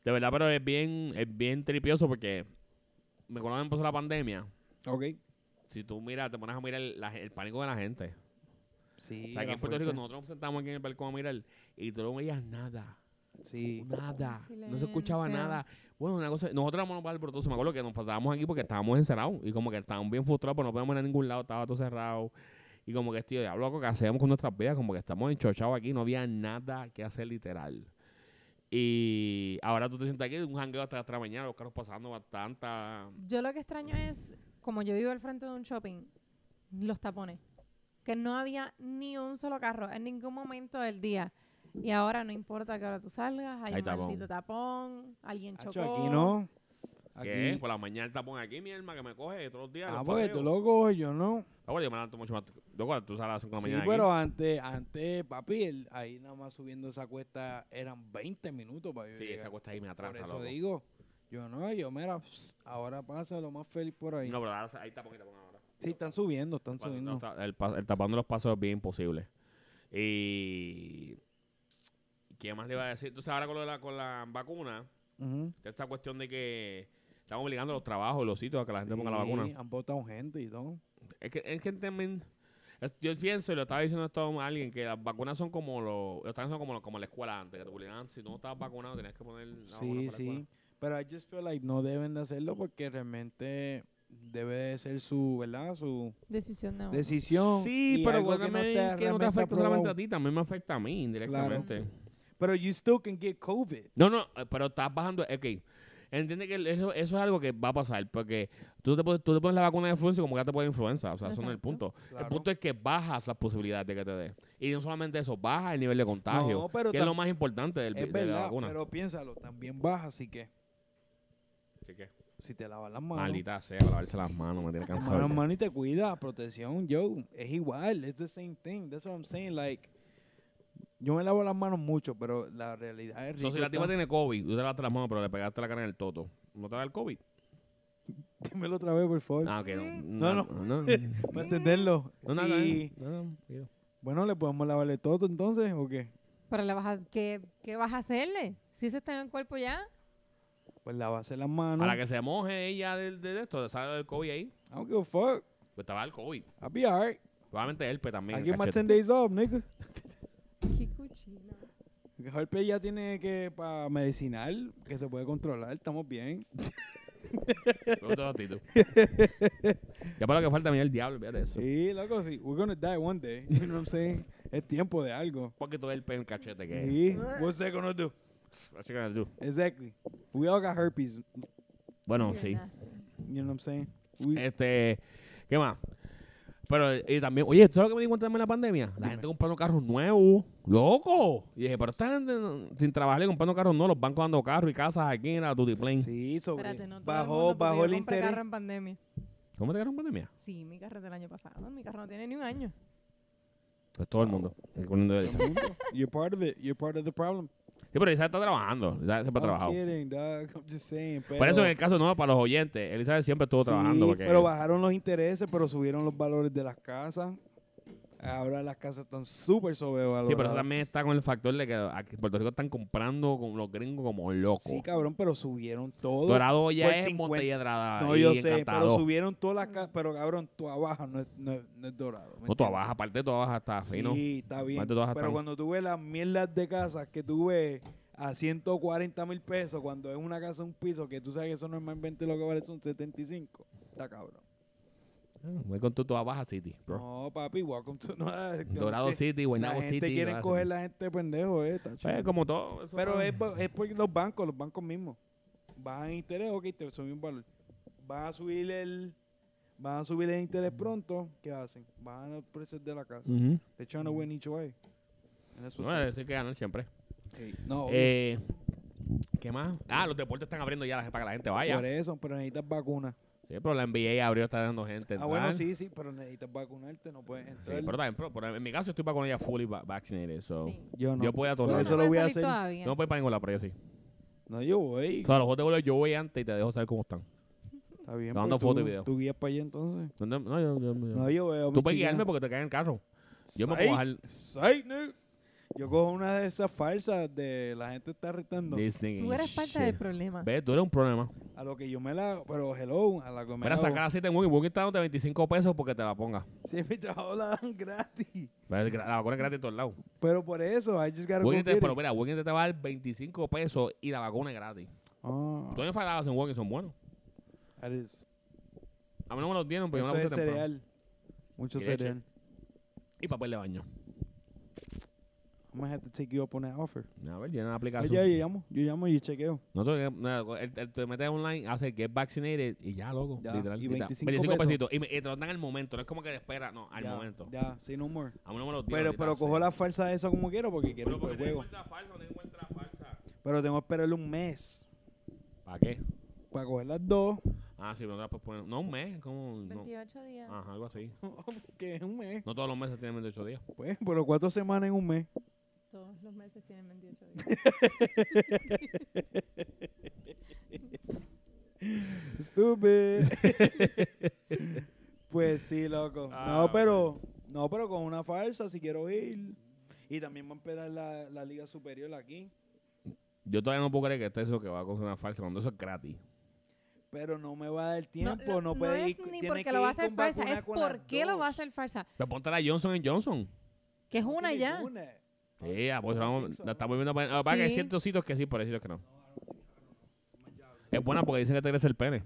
Speaker 2: De verdad, pero es bien, es bien tripioso porque me acuerdo cuando empezó la pandemia.
Speaker 3: Ok.
Speaker 2: Si tú miras, te pones a mirar el, la- el pánico de la gente.
Speaker 3: Sí.
Speaker 2: o sea, aquí
Speaker 3: era
Speaker 2: en Puerto Rico
Speaker 3: fuerte.
Speaker 2: nosotros nos sentamos aquí en el balcón a mirar y tú no veías nada.
Speaker 3: Sí.
Speaker 2: Nada. No se escuchaba
Speaker 1: Silencio.
Speaker 2: nada. Bueno, una cosa, nosotros éramos para el protozo. Me acuerdo que nos pasábamos aquí porque estábamos encerrados y como que estábamos bien frustrados, pero no podíamos ir a ningún lado, estaba todo cerrado. Y como que, tío, diablo, loco, ¿qué hacemos con nuestras vidas? Como que estamos enchochados aquí, no había nada que hacer literal. Y ahora tú te sientas aquí, un jangueo hasta las 3 de la mañana, los carros pasando bastante.
Speaker 1: Yo lo que extraño es, como yo vivo al frente de un shopping, los tapones. Que no había ni un solo carro en ningún momento del día. Y ahora no importa que ahora tú salgas, hay,
Speaker 2: Hay
Speaker 1: un
Speaker 2: tapón.
Speaker 1: maldito tapón, alguien
Speaker 3: Acho,
Speaker 1: chocó.
Speaker 3: aquí no. Aquí.
Speaker 2: ¿Qué? Por la mañana el tapón aquí, mi alma, que me coge todos los días.
Speaker 3: Ah,
Speaker 2: los
Speaker 3: porque
Speaker 2: paseos.
Speaker 3: tú lo coges, yo no.
Speaker 2: Ah, bueno, yo me levanto mucho más. Yo, tú sales a las 5 de la
Speaker 3: Sí,
Speaker 2: mañana. aquí.
Speaker 3: pero antes, antes, papi, el- ahí nada más subiendo esa cuesta eran 20 minutos para yo
Speaker 2: Sí,
Speaker 3: llegar.
Speaker 2: esa cuesta ahí me atrasa,
Speaker 3: eh, Por eso
Speaker 2: loco.
Speaker 3: digo, yo no, yo mira, ahora pasa lo más feliz por ahí.
Speaker 2: No, pero ahora hay tapón y tapón ahora.
Speaker 3: sí, están subiendo, están
Speaker 2: Cuando
Speaker 3: subiendo.
Speaker 2: no está- el, pa- el tapando los pasos es bien imposible. Y. ¿Qué más le iba a decir? Entonces, ahora con, lo de la, con la vacuna,
Speaker 3: Ujú.
Speaker 2: De Esta cuestión de que están obligando los trabajos, los sitios a que la gente ponga la
Speaker 3: Sí,
Speaker 2: vacuna.
Speaker 3: Han votado gente y todo.
Speaker 2: Es que, es que también, es- yo pienso, y lo estaba diciendo esto a alguien, que las vacunas son como lo, lo están haciendo como, lo- como la escuela antes, que te obligaban, si tú no estabas vacunado, tenías que poner la vacuna para
Speaker 3: Sí,
Speaker 2: la escuela.
Speaker 3: sí. Pero I just feel like no deben de hacerlo porque realmente debe de ser su, ¿verdad? Su
Speaker 1: Decisión de uno.
Speaker 3: decisión.
Speaker 2: Sí,
Speaker 3: y
Speaker 2: pero
Speaker 3: algo
Speaker 2: bueno,
Speaker 3: que no
Speaker 2: también
Speaker 3: está
Speaker 2: que no te
Speaker 3: realmente
Speaker 2: afecta solamente a
Speaker 3: aprobado.
Speaker 2: ti, también me afecta a mí indirectamente.
Speaker 3: Pero you still can get COVID.
Speaker 2: No, no, eh, pero estás bajando. Ok. Entiende que eso, eso es algo que va a pasar. Porque tú te, pones- tú te pones la vacuna de influenza y como que ya te pones influenza. O sea, eso no es el
Speaker 1: Exacto.
Speaker 2: punto. El
Speaker 3: Claro.
Speaker 2: punto es que bajas las posibilidades de que te dé. Y no solamente eso, baja el nivel de contagio.
Speaker 3: No, pero
Speaker 2: que es
Speaker 3: tam-
Speaker 2: lo más importante del, vi- de
Speaker 3: Es
Speaker 2: la
Speaker 3: verdad,
Speaker 2: vacuna.
Speaker 3: pero piénsalo, también baja, así que
Speaker 2: Así que,
Speaker 3: si te lavas las manos,
Speaker 2: maldita sea, lavarse las manos, me tiene
Speaker 3: te lavas
Speaker 2: cansado.
Speaker 3: las
Speaker 2: ya.
Speaker 3: manos y te cuida, protección, yo, es igual, es the same thing, that's what I'm saying, like, yo me lavo las manos mucho, pero la realidad es
Speaker 2: So, si la tipa tiene COVID, tú te lavaste las manos, pero le pegaste la cara en el toto. ¿No te da el COVID?
Speaker 3: dímelo otra vez, por favor,
Speaker 2: Ah, ok, no.
Speaker 3: No,
Speaker 2: No, no.
Speaker 3: para entenderlo,
Speaker 2: No, no,
Speaker 3: Sí.
Speaker 2: no, no, no.
Speaker 3: bueno, ¿le podemos lavarle todo entonces, o qué?
Speaker 1: Pero le vas a, ¿qué, ¿qué vas a hacerle? Si eso está en el cuerpo ya.
Speaker 3: Pues lavarse las
Speaker 2: A la
Speaker 3: manos,
Speaker 2: que se moje ella del- de, esto, le sale del COVID ahí.
Speaker 3: I don't give a fuck,
Speaker 2: Pues estaba el COVID.
Speaker 3: I'll be alright,
Speaker 2: Probablemente Elpe también.
Speaker 3: I
Speaker 2: el
Speaker 3: give my
Speaker 2: cachete.
Speaker 3: 10 days off, nigga.
Speaker 1: Qué cuchillo.
Speaker 3: Jorge ya tiene que, para medicinal, que se puede controlar, estamos bien.
Speaker 2: Me gusta esa actitud. ya para lo que falta, mira el diablo, fíjate eso.
Speaker 3: Sí, loco, sí. We're gonna die one day. You know what I'm saying? Es tiempo de algo.
Speaker 2: Porque todo el pe en el cachete que
Speaker 3: Sí. What's that gonna do?
Speaker 2: es. Así que tú.
Speaker 3: Exactly. We all got herpes. You
Speaker 2: Bueno,
Speaker 1: You're
Speaker 2: sí.
Speaker 1: nasty.
Speaker 3: know what I'm saying? We-
Speaker 2: Este, ¿qué más? Pero eh, también, oye, ¿sabes lo que me di cuenta también en la pandemia? La
Speaker 3: Dime.
Speaker 2: gente comprando carros nuevos, loco. Y dije, pero esta gente no- sin trabajar y comprando carros nuevos, los bancos dando carros y casas aquí en la Duty Plane.
Speaker 3: sí, sobre.
Speaker 1: Espérate, no todo el mundo,
Speaker 3: bajó,
Speaker 1: porque
Speaker 3: bajó
Speaker 1: yo
Speaker 3: el
Speaker 1: compré
Speaker 3: interés.
Speaker 1: carro en pandemia.
Speaker 2: ¿Cómo te quedaron en pandemia?
Speaker 1: Sí, mi carro es del año pasado. Mi carro no tiene ni un año.
Speaker 2: Pues todo el mundo. El mundo de-
Speaker 3: Todo
Speaker 2: Sí,
Speaker 3: el mundo. You're part of it. You're part of the problem.
Speaker 2: pero Elizabeth está trabajando. Elizabeth siempre ha
Speaker 3: I'm
Speaker 2: trabajado.
Speaker 3: kidding, dog. I'm just saying. Pero,
Speaker 2: Por eso en el caso no, para los oyentes, Elizabeth siempre estuvo trabajando.
Speaker 3: Sí,
Speaker 2: porque
Speaker 3: Pero bajaron los intereses, pero subieron los valores de las casas. Ahora las casas están súper sobrevaloradas.
Speaker 2: Sí, pero eso también está con el factor de que aquí en Puerto Rico están comprando con los gringos como locos.
Speaker 3: Sí, cabrón, pero subieron todo.
Speaker 2: Dorado ya
Speaker 3: por
Speaker 2: es
Speaker 3: 50.
Speaker 2: Montelledrada.
Speaker 3: No, yo sé, pero subieron todas las casas. Pero cabrón, tu abajo no es, no es- no es dorado. ¿me
Speaker 2: No, tú
Speaker 3: entiendes?
Speaker 2: abajo, aparte de tú abajo está fino.
Speaker 3: Sí, está bien.
Speaker 2: Aparte, todas
Speaker 3: Pero
Speaker 2: están-
Speaker 3: cuando tú ves las mierdas de casas que tú ves a 140 mil pesos, cuando es una casa, un piso, que tú sabes que eso normalmente lo que vale son 75, está cabrón.
Speaker 2: Ah, Voy con tu toda baja City, bro.
Speaker 3: No, papi, welcome to. No, la gente-
Speaker 2: Dorado City,
Speaker 3: La
Speaker 2: Guaynabo City.
Speaker 3: gente quiere
Speaker 2: Dorado
Speaker 3: coger
Speaker 2: City.
Speaker 3: la gente de pendejo, eh, está
Speaker 2: Pues,
Speaker 3: chido.
Speaker 2: como todo. eso
Speaker 3: Pero
Speaker 2: no-
Speaker 3: es, por- es por los bancos, los bancos mismos. Bajan interés, ok, te subí un valor. Van a subir el. Van a subir el interés pronto, ¿qué hacen? Bajan los precios de la casa.
Speaker 2: Ujú.
Speaker 3: They're trying to win each way. And that's what's
Speaker 2: Mm. No,
Speaker 3: up.
Speaker 2: es que ganan siempre.
Speaker 3: Ey, no, obvio.
Speaker 2: Eh, ¿Qué más? Ah, los deportes están abriendo ya para que la gente vaya.
Speaker 3: Por e- eso, pero necesitas vacunas.
Speaker 2: Sí, pero la NBA abrió, está dando gente.
Speaker 3: Ah, bueno,
Speaker 2: entrar.
Speaker 3: sí, sí, pero necesitas vacunarte, no puedes
Speaker 2: Sí,
Speaker 3: entrar.
Speaker 2: pero también, pero, pero en mi caso estoy vacunado ya fully va- vaccinated, so.
Speaker 1: Sí.
Speaker 3: yo no.
Speaker 2: Yo voy a
Speaker 1: Tú
Speaker 3: Por
Speaker 2: Toronto.
Speaker 1: no
Speaker 3: eso lo
Speaker 1: puedes
Speaker 3: voy a
Speaker 1: salir
Speaker 3: hacer.
Speaker 1: todavía.
Speaker 2: No pues, voy para ninguna, pero yo sí.
Speaker 3: No, yo voy.
Speaker 2: O sea, los juegos de bola yo voy antes y te dejo saber cómo están.
Speaker 3: Está bien.
Speaker 2: Te mando
Speaker 3: pues,
Speaker 2: foto y
Speaker 3: tú-
Speaker 2: video.
Speaker 3: Tú guías para allá entonces.
Speaker 2: No, no, no, yo- yo- yo-
Speaker 3: No, yo veo.
Speaker 2: Tú puedes guiarme porque te caes en el carro. yo me puedo bajar-
Speaker 3: Yo cojo una de esas falsas de la gente está retando.
Speaker 2: Disney.
Speaker 1: Tú eres parte
Speaker 2: shit.
Speaker 1: del problema.
Speaker 2: Ve, tú eres un problema.
Speaker 3: A lo que yo me la. Pero hello, a la que me
Speaker 2: Mira,
Speaker 3: la.
Speaker 2: saca la cita en Wookie. Wookie está dándote 25 pesos porque te la ponga.
Speaker 3: Si mi trabajo la dan gratis.
Speaker 2: La la vacuna es gratis de todos lados.
Speaker 3: Pero por eso, I just gotta go
Speaker 2: Wookie
Speaker 3: get
Speaker 2: te,
Speaker 3: it.
Speaker 2: pero mira, Wookie te va a dar 25 pesos y la vacuna es gratis.
Speaker 3: Ah,
Speaker 2: Tú enfadados en Wookie, son buenos.
Speaker 3: that is-
Speaker 2: A mí no me los dieron, pero yo
Speaker 3: Eso
Speaker 2: me la
Speaker 3: es
Speaker 2: puse temprano.
Speaker 3: cereal. Mucho
Speaker 2: Y leche.
Speaker 3: cereal.
Speaker 2: Y papel de baño.
Speaker 3: I'm gonna have to take you up on that offer.
Speaker 2: A ver, llena la
Speaker 3: Oye,
Speaker 2: aplicación. eh,
Speaker 3: yo llamo, yo llamo y chequeo.
Speaker 2: No, tú- no, él, él te metes online, hace get vaccinated y ya, loco.
Speaker 3: Ya,
Speaker 2: literal.
Speaker 3: y
Speaker 2: está.
Speaker 3: 25
Speaker 2: pesitos. Y, me- y te lo dan al momento. No es como que te espera, no, al
Speaker 3: Ya,
Speaker 2: momento.
Speaker 3: Ya, say no more.
Speaker 2: A uno me lo dieron.
Speaker 3: Pero,
Speaker 2: ahorita,
Speaker 3: pero
Speaker 2: sí.
Speaker 3: cojo la falsa de eso como quiero porque quiero
Speaker 2: Pero
Speaker 3: ir por
Speaker 2: porque
Speaker 3: el
Speaker 2: tengo
Speaker 3: juego.
Speaker 2: cuenta falsa, no tengo cuenta falsa.
Speaker 3: Pero tengo que esperarle un mes
Speaker 2: ¿Para qué?
Speaker 3: para coger las dos.
Speaker 2: Ah, sí, pero no te las puedes poner. No, un mes, como. no.
Speaker 1: 28 días.
Speaker 2: Ajá, algo así.
Speaker 3: que es un mes.
Speaker 2: No todos los meses tienen 28 días.
Speaker 3: Pues, pero cuatro semanas en un mes.
Speaker 1: Todos los meses tienen 28 días.
Speaker 3: Stupid. pues sí, loco.
Speaker 2: Ah,
Speaker 3: no, pero, no, pero con una falsa si quiero ir. Y también va a esperar la, la Liga Superior aquí.
Speaker 2: Yo todavía no puedo creer que esto es eso que va a cosas una falsa, cuando eso es gratis.
Speaker 3: Pero no me va a dar tiempo, no,
Speaker 1: lo-
Speaker 3: puede
Speaker 1: es
Speaker 3: ir.
Speaker 1: ni
Speaker 3: tiene
Speaker 1: porque
Speaker 3: que
Speaker 1: lo va a
Speaker 3: ir
Speaker 1: hacer
Speaker 3: con
Speaker 1: falsa,
Speaker 3: vacuna
Speaker 1: es
Speaker 3: con las
Speaker 1: por qué lo va a
Speaker 3: dos.
Speaker 1: hacer falsa.
Speaker 2: Pero ponte la Johnson Johnson.
Speaker 1: Que es
Speaker 3: No
Speaker 1: una
Speaker 3: tiene
Speaker 1: ya.
Speaker 3: una.
Speaker 2: Sí, ah, pues la, vamos- la estamos viendo. para- ah, para que hay
Speaker 1: Sí.
Speaker 2: ciertos sitios que sí, pero hay sitios que no. Es buena porque dicen que te crece el pene.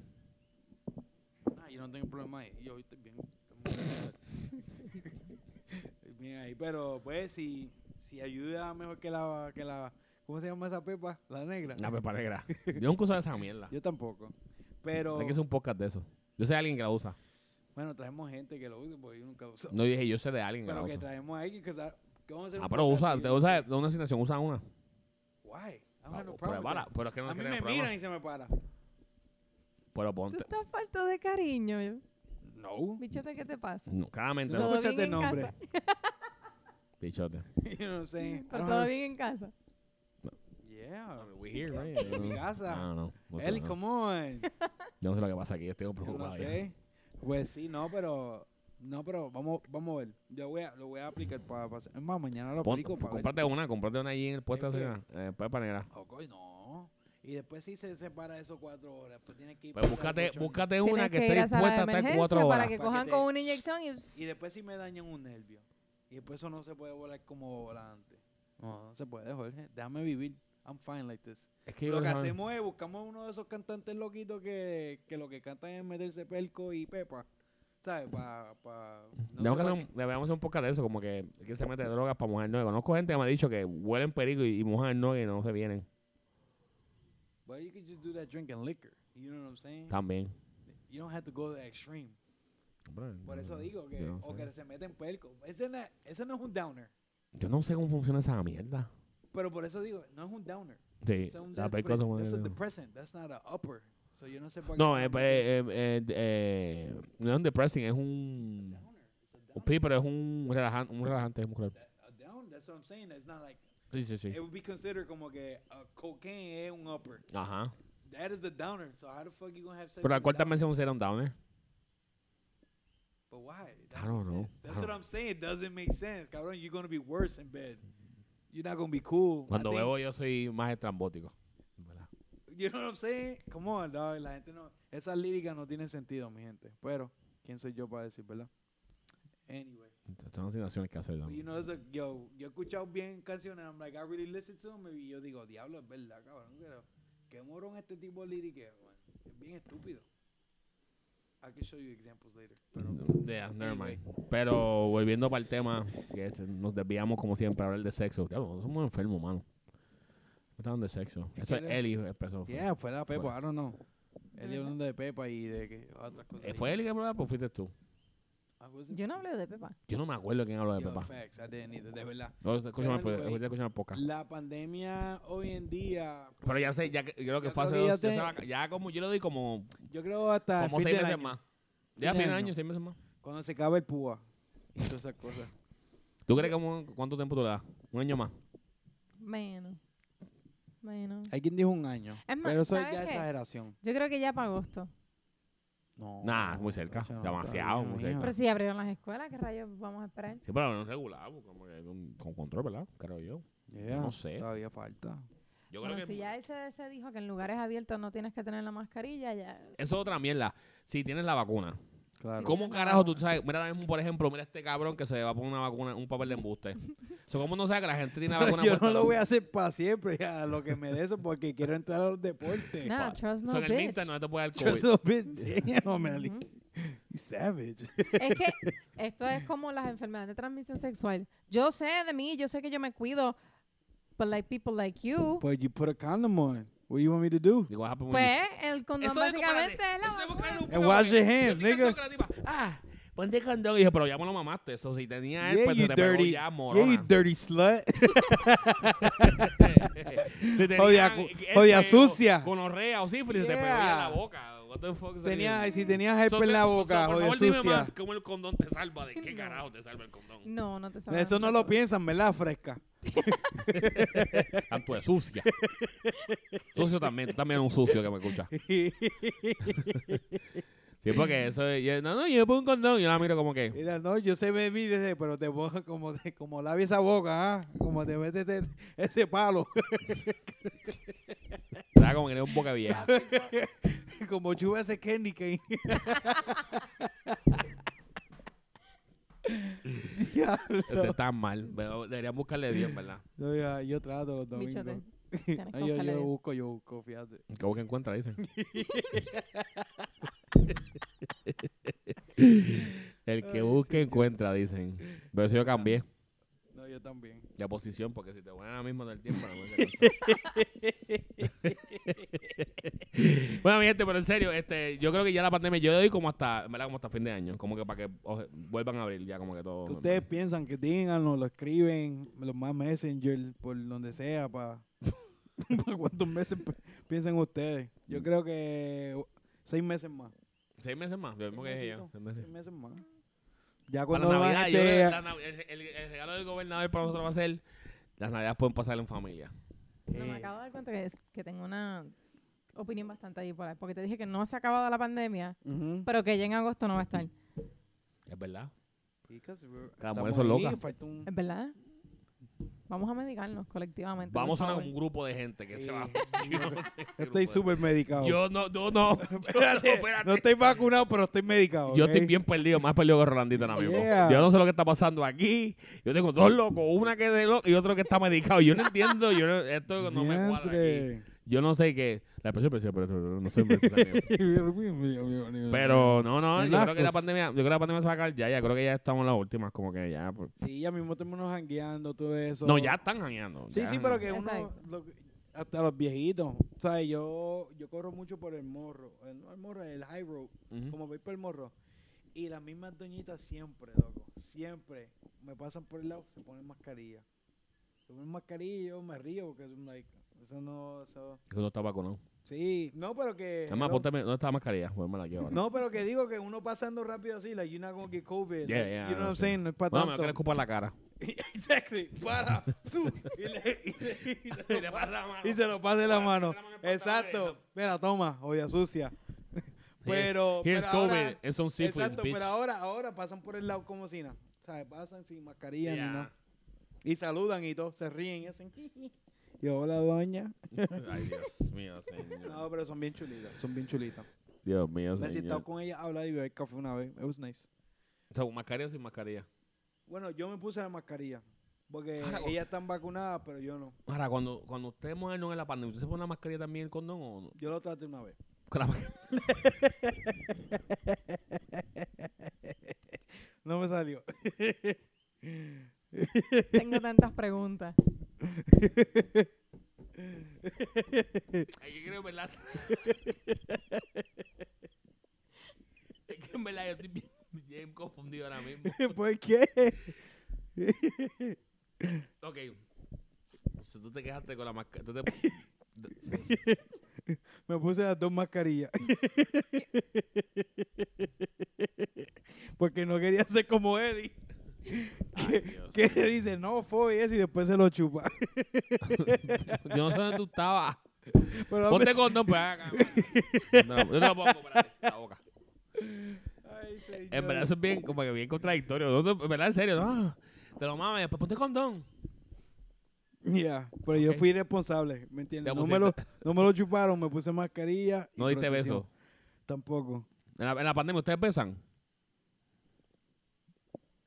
Speaker 3: Ah, yo no tengo problema ahí. Yo estoy bien. bien ahí. Pero pues si, si ayuda mejor que la, que la. ¿Cómo se llama esa pepa? La negra.
Speaker 2: La pepa Ah, pues, negra. Yo nunca usaba esa mierda.
Speaker 3: Yo tampoco. Pero
Speaker 2: Hay que hacer un podcast de eso. Yo sé de alguien que la usa.
Speaker 3: bueno, traemos gente que lo use porque yo nunca lo uso.
Speaker 2: No dije, yo sé de alguien que la
Speaker 3: pero que
Speaker 2: usa.
Speaker 3: traemos a alguien que sabe. Que vamos a hacer
Speaker 2: Ah,
Speaker 3: un
Speaker 2: pero
Speaker 3: podcast
Speaker 2: usa,
Speaker 3: y-
Speaker 2: te usa de una asignación, usa una.
Speaker 3: Why? I don't
Speaker 2: Ah,
Speaker 3: have no problem with
Speaker 2: Pruébala.
Speaker 3: that.
Speaker 2: Pero es que no
Speaker 3: a
Speaker 2: es que
Speaker 3: mí
Speaker 2: tenga
Speaker 3: me
Speaker 2: problema.
Speaker 3: miran y se me para.
Speaker 2: Pero
Speaker 1: Tú
Speaker 2: ponte.
Speaker 1: estás falto de cariño.
Speaker 3: No.
Speaker 1: Bichote, ¿qué te pasa?
Speaker 2: No, claramente
Speaker 3: Tú
Speaker 2: no.
Speaker 3: no
Speaker 1: Todo bien
Speaker 3: escuchaste el
Speaker 1: en
Speaker 3: nombre.
Speaker 1: casa.
Speaker 2: Pichote.
Speaker 3: you know what I'm saying? I
Speaker 1: Pero
Speaker 3: don't
Speaker 1: todo
Speaker 3: have-
Speaker 1: bien en casa.
Speaker 3: Yeah.
Speaker 2: We here, right? Ah, pues,
Speaker 3: En mi casa.
Speaker 2: No, no. no sé,
Speaker 3: Eli,
Speaker 2: no.
Speaker 3: come on.
Speaker 2: Yo no sé lo que pasa aquí, yo estoy
Speaker 3: Yo no
Speaker 2: preocupado. Oh, ya.
Speaker 3: sé. Pues sí, no, pero no, pero vamos, vamos a ver. Yo voy a, lo voy a aplicar para pasar. Es más, mañana lo
Speaker 2: Pon-
Speaker 3: aplico para ver.
Speaker 2: Cómprate una, cómprate una allí en el puesto de
Speaker 3: ¿En
Speaker 2: cena. Eh, pepa negra.
Speaker 3: Ok, no. Y después sí se separa esos cuatro horas. Después tienes que ir.
Speaker 2: Pues
Speaker 3: pasar
Speaker 2: búscate,
Speaker 3: ocho horas.
Speaker 2: búscate una
Speaker 1: Tienes
Speaker 2: que,
Speaker 1: que ir
Speaker 2: esté
Speaker 1: a sala de
Speaker 2: dispuesta a estar
Speaker 1: emergencia
Speaker 2: cuatro
Speaker 1: para
Speaker 2: horas.
Speaker 1: que
Speaker 3: Para que
Speaker 1: cojan
Speaker 3: te-
Speaker 1: con una inyección y...
Speaker 3: Y después sí me dañan un nervio. Y después eso no se puede volar como volaba antes. No, no se puede, Jorge. Déjame vivir. I'm fine like this.
Speaker 2: Es que yo
Speaker 3: lo que
Speaker 2: creo que saben-
Speaker 3: hacemos es buscamos uno de esos cantantes loquitos que, que lo que cantan es meterse pelco y pepa. ¿Sabes? Para. Pa, no
Speaker 2: Tenemos
Speaker 3: sé
Speaker 2: que hacer
Speaker 3: pa'
Speaker 2: un, deberíamos hacer un podcast de eso, como que, que se mete drogas para mojar nueve. Conozco gente que me ha dicho que huelen perico y, y mojan nueve y no se vienen.
Speaker 3: But you can just do that drinking liquor. You know what I'm saying?
Speaker 2: También.
Speaker 3: You don't have to go to the extreme. Por eso
Speaker 2: Mm-hmm.
Speaker 3: digo que,
Speaker 2: Yo no,
Speaker 3: o
Speaker 2: sé.
Speaker 3: que se meten puerco. Ese, no- ese no es un downer.
Speaker 2: Yo no sé cómo funciona esa mierda.
Speaker 3: Pero por eso digo, no es un downer.
Speaker 2: Sí,
Speaker 3: Es un
Speaker 2: Eh, la
Speaker 3: dep-
Speaker 2: perico se mueve,
Speaker 3: that's a
Speaker 2: no.
Speaker 3: depressant. That's not a upper. So yo no sé por
Speaker 2: No, eh,
Speaker 3: qué. se meten
Speaker 2: eh, eh, eh, eh, no es un depressing, es un.
Speaker 3: downer. It's a
Speaker 2: Un
Speaker 3: downer.
Speaker 2: pi, pero es un relajante, un relajante muscular.
Speaker 3: A down, that's what I'm saying. That's not like
Speaker 2: Sí, sí, sí.
Speaker 3: it would be considered como que a cocaine es un upper.
Speaker 2: Ajá.
Speaker 3: That is the downer. So how the fuck you gonna have sex?
Speaker 2: Pero
Speaker 3: with
Speaker 2: la
Speaker 3: a
Speaker 2: cual
Speaker 3: downer?
Speaker 2: también se considera un downer.
Speaker 3: But why? That
Speaker 2: I don't
Speaker 3: makes
Speaker 2: know.
Speaker 3: sense.
Speaker 2: I
Speaker 3: That's
Speaker 2: don't
Speaker 3: what I'm saying. It doesn't make sense, cabrón. You're gonna be worse in bed. You're not gonna be cool. I
Speaker 2: Cuando
Speaker 3: think-
Speaker 2: bebo yo soy más estrambótico. ¿verdad?
Speaker 3: You know what I'm saying? Come on, dog. La gente no. Esas líricas no tienen sentido, mi gente. Pero, ¿quién soy yo para decir, verdad? Anyway.
Speaker 2: Entonces, Son situaciones que hacer. ¿no?
Speaker 3: But you know, it's like, yo, yo he escuchado bien canciones. I'm like, I really listen to them. Y yo digo, diablo, es verdad, cabrón. Pero, qué morón este tipo de lírica, man. Es bien estúpido. I can show you examples later. Pero,
Speaker 2: Yeah, never
Speaker 3: anyway.
Speaker 2: mind. Pero volviendo para el tema, que este, nos desviamos como siempre a hablar de sexo. Claro, nosotros somos enfermos, mano. No Estaban de sexo.
Speaker 3: Es
Speaker 2: Eso
Speaker 3: que
Speaker 2: es
Speaker 3: era-
Speaker 2: Eli, empezó. Fue.
Speaker 3: Yeah, fue la Pepa, I don't know. Él
Speaker 1: verdad?
Speaker 3: hablando de Pepa y de que otras cosas.
Speaker 2: Eh, ¿Fue Eli que habló? Pues fuiste tú.
Speaker 3: I wasn't-
Speaker 1: Yo no hablé de Pepa.
Speaker 2: Yo no me acuerdo quién habló de
Speaker 3: Yo,
Speaker 2: papá.
Speaker 3: facts, I didn't either, de verdad.
Speaker 2: No, escúchame,
Speaker 3: Pero
Speaker 2: pues,
Speaker 3: anyway.
Speaker 2: escúchame, escúchame el podcast.
Speaker 3: La pandemia hoy en día,
Speaker 2: Pero ya sé, ya que, yo creo que
Speaker 3: Yo
Speaker 2: fue
Speaker 3: creo
Speaker 2: hace
Speaker 3: que ya
Speaker 2: dos, ya,
Speaker 3: te-
Speaker 2: se va- ya como yo le doy como,
Speaker 3: yo creo hasta el
Speaker 2: como
Speaker 3: fin
Speaker 2: seis
Speaker 3: del
Speaker 2: meses
Speaker 3: año,
Speaker 2: más. Ya
Speaker 3: Fin de
Speaker 2: fin de
Speaker 3: año.
Speaker 2: año, seis meses más.
Speaker 3: cuando se acabe el púa y todas esas cosas.
Speaker 2: ¿Tú crees que como- cuánto tiempo tú le das? ¿Un año más?
Speaker 1: Menos. Menos.
Speaker 3: Hay quien dijo un año,
Speaker 1: Es más,
Speaker 3: pero eso es
Speaker 1: ¿sabes
Speaker 3: ya
Speaker 1: qué?
Speaker 3: exageración.
Speaker 1: Yo creo que ya para agosto.
Speaker 3: No.
Speaker 2: Nah, muy cerca,
Speaker 3: chacho, no,
Speaker 2: demasiado,
Speaker 3: cariño
Speaker 2: muy
Speaker 3: mío.
Speaker 2: cerca.
Speaker 1: Pero si abrieron las escuelas, ¿qué rayos vamos a esperar?
Speaker 2: Sí, pero no regulado, como que con, con control, ¿verdad? Creo yo.
Speaker 3: Yeah,
Speaker 2: no sé.
Speaker 3: Todavía falta.
Speaker 2: Yo creo
Speaker 1: Bueno,
Speaker 2: que
Speaker 1: si ya ese se dijo que en lugares abiertos no tienes que tener la mascarilla, ya...
Speaker 2: Eso es otra mierda. Si tienes la vacuna.
Speaker 3: Claro.
Speaker 2: ¿Cómo
Speaker 1: la
Speaker 2: carajo tú
Speaker 1: vacuna.
Speaker 2: sabes? Mira ahora mismo, por ejemplo, mira este cabrón que se va a poner una vacuna, un papel de embuste. So, ¿Cómo no sabe que la gente tiene la vacuna?
Speaker 3: yo no lo voy a hacer para siempre, ya, lo que me dé eso, porque quiero entrar a los deportes.
Speaker 1: Nah, trust no
Speaker 2: Son el
Speaker 1: bitch.
Speaker 2: Minta no te puede dar
Speaker 3: Just
Speaker 2: COVID.
Speaker 3: a bit- damn, Eli.
Speaker 1: Ujú.
Speaker 3: You savage.
Speaker 1: Es que esto es como las enfermedades de transmisión sexual. Yo sé de mí, yo sé que yo me cuido, but like people like you,
Speaker 3: But you put a condom on. What you want me to do?
Speaker 2: Digo, ah, pues,
Speaker 1: pues el condón
Speaker 2: eso es como la
Speaker 1: básicamente
Speaker 2: de-
Speaker 1: es la
Speaker 2: eso es
Speaker 1: vacuna.
Speaker 2: buscarle un
Speaker 3: And
Speaker 2: poco,
Speaker 3: wash your
Speaker 2: porque
Speaker 3: hands,
Speaker 2: yo estoy
Speaker 3: nigga.
Speaker 2: cansado que la tipa, Ah, ponte condón. Y dije, pero ya me lo mamaste. Eso si tenía él,
Speaker 3: Yeah,
Speaker 2: pues
Speaker 3: you
Speaker 2: se te pegó ya,
Speaker 3: dirty. Yeah, you
Speaker 2: morona.
Speaker 3: dirty slut.
Speaker 2: si tenía,
Speaker 3: Jodida cu-
Speaker 2: eh,
Speaker 3: jodida
Speaker 2: eh, o-
Speaker 3: sucia.
Speaker 2: Gonorrea o sífilis, se te pegó ya
Speaker 3: Yeah.
Speaker 2: la boca. What the fuck is
Speaker 3: Tenía,
Speaker 2: that?
Speaker 3: si tenías herpes en la
Speaker 2: So,
Speaker 3: boca,
Speaker 2: por
Speaker 3: jodida
Speaker 2: favor, dime
Speaker 3: sucia.
Speaker 2: más cómo el condón te salva. ¿De qué
Speaker 1: No.
Speaker 2: carajo te salva el condón?
Speaker 1: No, no te salva
Speaker 3: Eso
Speaker 1: nunca.
Speaker 3: no lo piensan, ¿verdad, fresca?
Speaker 2: Tanto de sucia. sucio también, tú también eres un sucio que me escucha. Sí, porque eso es- yo- no, no, yo me pongo un condón y yo la miro como que.
Speaker 3: Mira, no, yo sé bebí, desde, pero te pongo como, te- como labia esa boca, ¿ah? Como te metes ese, ese palo.
Speaker 2: que era un boca vieja.
Speaker 3: Como yo ese Kenny Kane. Diablo.
Speaker 2: Este está mal. Pero deberían buscarle 10, ¿verdad?
Speaker 3: No, ya, yo trato los domingos.
Speaker 1: Bichote. Tienes que
Speaker 3: Ay, yo,
Speaker 1: buscarle
Speaker 3: yo
Speaker 1: de-
Speaker 3: busco, yo busco, fíjate.
Speaker 2: Que busca encuentra, dicen. El que
Speaker 3: Ay,
Speaker 2: busque
Speaker 3: sí.
Speaker 2: encuentra, dicen. Pero eso yo cambié
Speaker 3: No, yo también.
Speaker 2: la posición, porque si te ponen ahora mismo del tiempo, no puedes alcanzar. Bueno, mi gente, pero en serio, este, yo creo que ya la pandemia, yo le doy como hasta, ¿verdad? Como hasta fin de año, como que para que oje- vuelvan a abrir ya, como que todo.
Speaker 3: Que ustedes piensan que díganlo, lo escriben, los más messenger, por donde sea, para cuántos meses pi- piensan ustedes.
Speaker 2: Mm.
Speaker 3: Yo creo que uh, seis meses más.
Speaker 2: Seis meses más, lo mismo que dije yo.
Speaker 3: Mesecito,
Speaker 2: Seis meses.
Speaker 3: Seis meses más. Ya
Speaker 2: Para
Speaker 3: cuando
Speaker 2: la
Speaker 3: van
Speaker 2: Navidad, yo
Speaker 3: este-
Speaker 2: creo que la nav- el, el- el regalo del gobernador para nosotros va a ser, las navidades pueden pasar en familia.
Speaker 1: No, me
Speaker 3: Eh,
Speaker 1: acabo de dar cuenta que, es- que tengo una opinión bastante ahí por ahí. Porque te dije que no se ha acabado la pandemia,
Speaker 3: ujú.
Speaker 1: pero que ya en agosto no va a estar.
Speaker 2: Es verdad.
Speaker 3: Chicas, we're-
Speaker 2: Las
Speaker 3: estamos
Speaker 2: mujeres son
Speaker 3: ahí,
Speaker 2: locas.
Speaker 3: falta un-
Speaker 1: ¿Es verdad? Vamos a medicarnos colectivamente. por
Speaker 2: Vamos a
Speaker 1: favor.
Speaker 2: un grupo de gente que se va.
Speaker 3: Eh,
Speaker 2: Yo no
Speaker 3: yo
Speaker 2: sé si
Speaker 3: Estoy
Speaker 2: grupo de-
Speaker 3: súper medicado.
Speaker 2: Yo no, yo no. Yo no, espérate.
Speaker 3: no estoy vacunado, pero estoy medicado.
Speaker 2: Yo
Speaker 3: ¿ok?
Speaker 2: estoy bien perdido, más perdido que Rolandito ahora mismo.
Speaker 3: Yeah.
Speaker 2: Yo no sé lo que está pasando aquí. Yo tengo dos locos, una que es de loco y otro que está medicado. Yo no entiendo, yo no, esto no me cuadra aquí.
Speaker 3: Siempre.
Speaker 2: Yo no sé qué. La presión, presión, pero no sé. Pero no, no, yo creo que la
Speaker 3: Lacos.
Speaker 2: pandemia, yo creo que la pandemia se va a acabar ya, ya creo que ya estamos en las últimas, como que ya. pues.
Speaker 3: Sí, ya mismo tenemos jangueando, todo eso.
Speaker 2: No, ya están jangueando.
Speaker 3: Sí,
Speaker 2: ya
Speaker 3: sí,
Speaker 2: no.
Speaker 3: pero que uno.
Speaker 1: Exacto.
Speaker 3: lo que- hasta los viejitos. ¿Sabes? Yo, yo corro mucho por el morro. eh, no el morro, el high road.
Speaker 2: Ujú.
Speaker 3: Como voy por el morro. Y las mismas doñitas siempre, loco. Siempre. Me pasan por el lado, se ponen mascarilla. Se ponen mascarilla y yo me río porque I'm like, eso no. Eso,
Speaker 2: Que uno está vacunado.
Speaker 3: sí, no, pero que.
Speaker 2: Además,
Speaker 3: hello.
Speaker 2: póntame, ¿dónde está la mascarilla? Pónmela aquí ahora.
Speaker 3: No, pero que digo que uno pasando rápido así, like, you're not gonna get COVID.
Speaker 2: Yeah,
Speaker 3: like,
Speaker 2: yeah,
Speaker 3: you know what
Speaker 2: no
Speaker 3: I'm
Speaker 2: sé.
Speaker 3: saying? No es para
Speaker 2: Bueno, me
Speaker 3: tanto.
Speaker 2: que le escupa en la cara.
Speaker 3: Exactly, para. tú, y, le- y le- y se lo pasa- y se lo pase la mano. Exacto. Mira, toma, olla sucia. Pero.
Speaker 2: Here's
Speaker 3: pero
Speaker 2: COVID
Speaker 3: ahora-
Speaker 2: and some syphilis,
Speaker 3: Exacto,
Speaker 2: bitch.
Speaker 3: pero ahora, ahora pasan por el lado como si nada. ¿Sabes? Pasan sin mascarilla
Speaker 2: Yeah.
Speaker 3: ni nada. Y saludan y todos se ríen y hacen. Yo, hola, doña.
Speaker 2: Ay, Dios mío,
Speaker 3: No,
Speaker 2: señor.
Speaker 3: pero son bien chulitas, son bien chulitas.
Speaker 2: Dios mío,
Speaker 3: Me he sentado
Speaker 2: señor.
Speaker 3: con ella a hablar y beber café una vez. It was nice.
Speaker 2: O sea, mascarilla o sin mascarilla.
Speaker 3: Bueno, yo me puse la mascarilla. Porque
Speaker 2: Ahora,
Speaker 3: ellas están vacunadas, pero yo no.
Speaker 2: Ahora, cuando, cuando usted mujer no en la pandemia, ¿usted se pone la mascarilla también el condón o no?
Speaker 3: Yo lo traté una vez.
Speaker 2: Con la mascarilla.
Speaker 3: No me salió.
Speaker 1: Tengo tantas preguntas.
Speaker 2: Ay, yo creo, ¿verdad? es que en verdad yo estoy bien, bien confundido ahora mismo.
Speaker 3: ¿Por qué?
Speaker 2: Ok. Si tú te quedaste con la mascarilla.
Speaker 3: Me puse las dos mascarillas. Porque no quería ser como Eddie. Que dice, no, fue y eso, y después se lo chupa.
Speaker 2: Yo no sé dónde tú estabas.
Speaker 3: Pero
Speaker 2: Ponte condón, pues acá. No, yo te lo puedo comprar la boca.
Speaker 3: Ay, señor.
Speaker 2: En verdad eso es bien, como que bien contradictorio. No te- En verdad, en serio, no. Te lo mames, pues ponte condón.
Speaker 3: Ya, pero
Speaker 2: Ok.
Speaker 3: yo fui irresponsable, ¿me
Speaker 2: Te
Speaker 3: entiendes? No me, lo, no me lo chuparon, me puse mascarilla. y
Speaker 2: No diste
Speaker 3: protección.
Speaker 2: beso.
Speaker 3: Tampoco.
Speaker 2: En la, en la pandemia, ¿ustedes besan?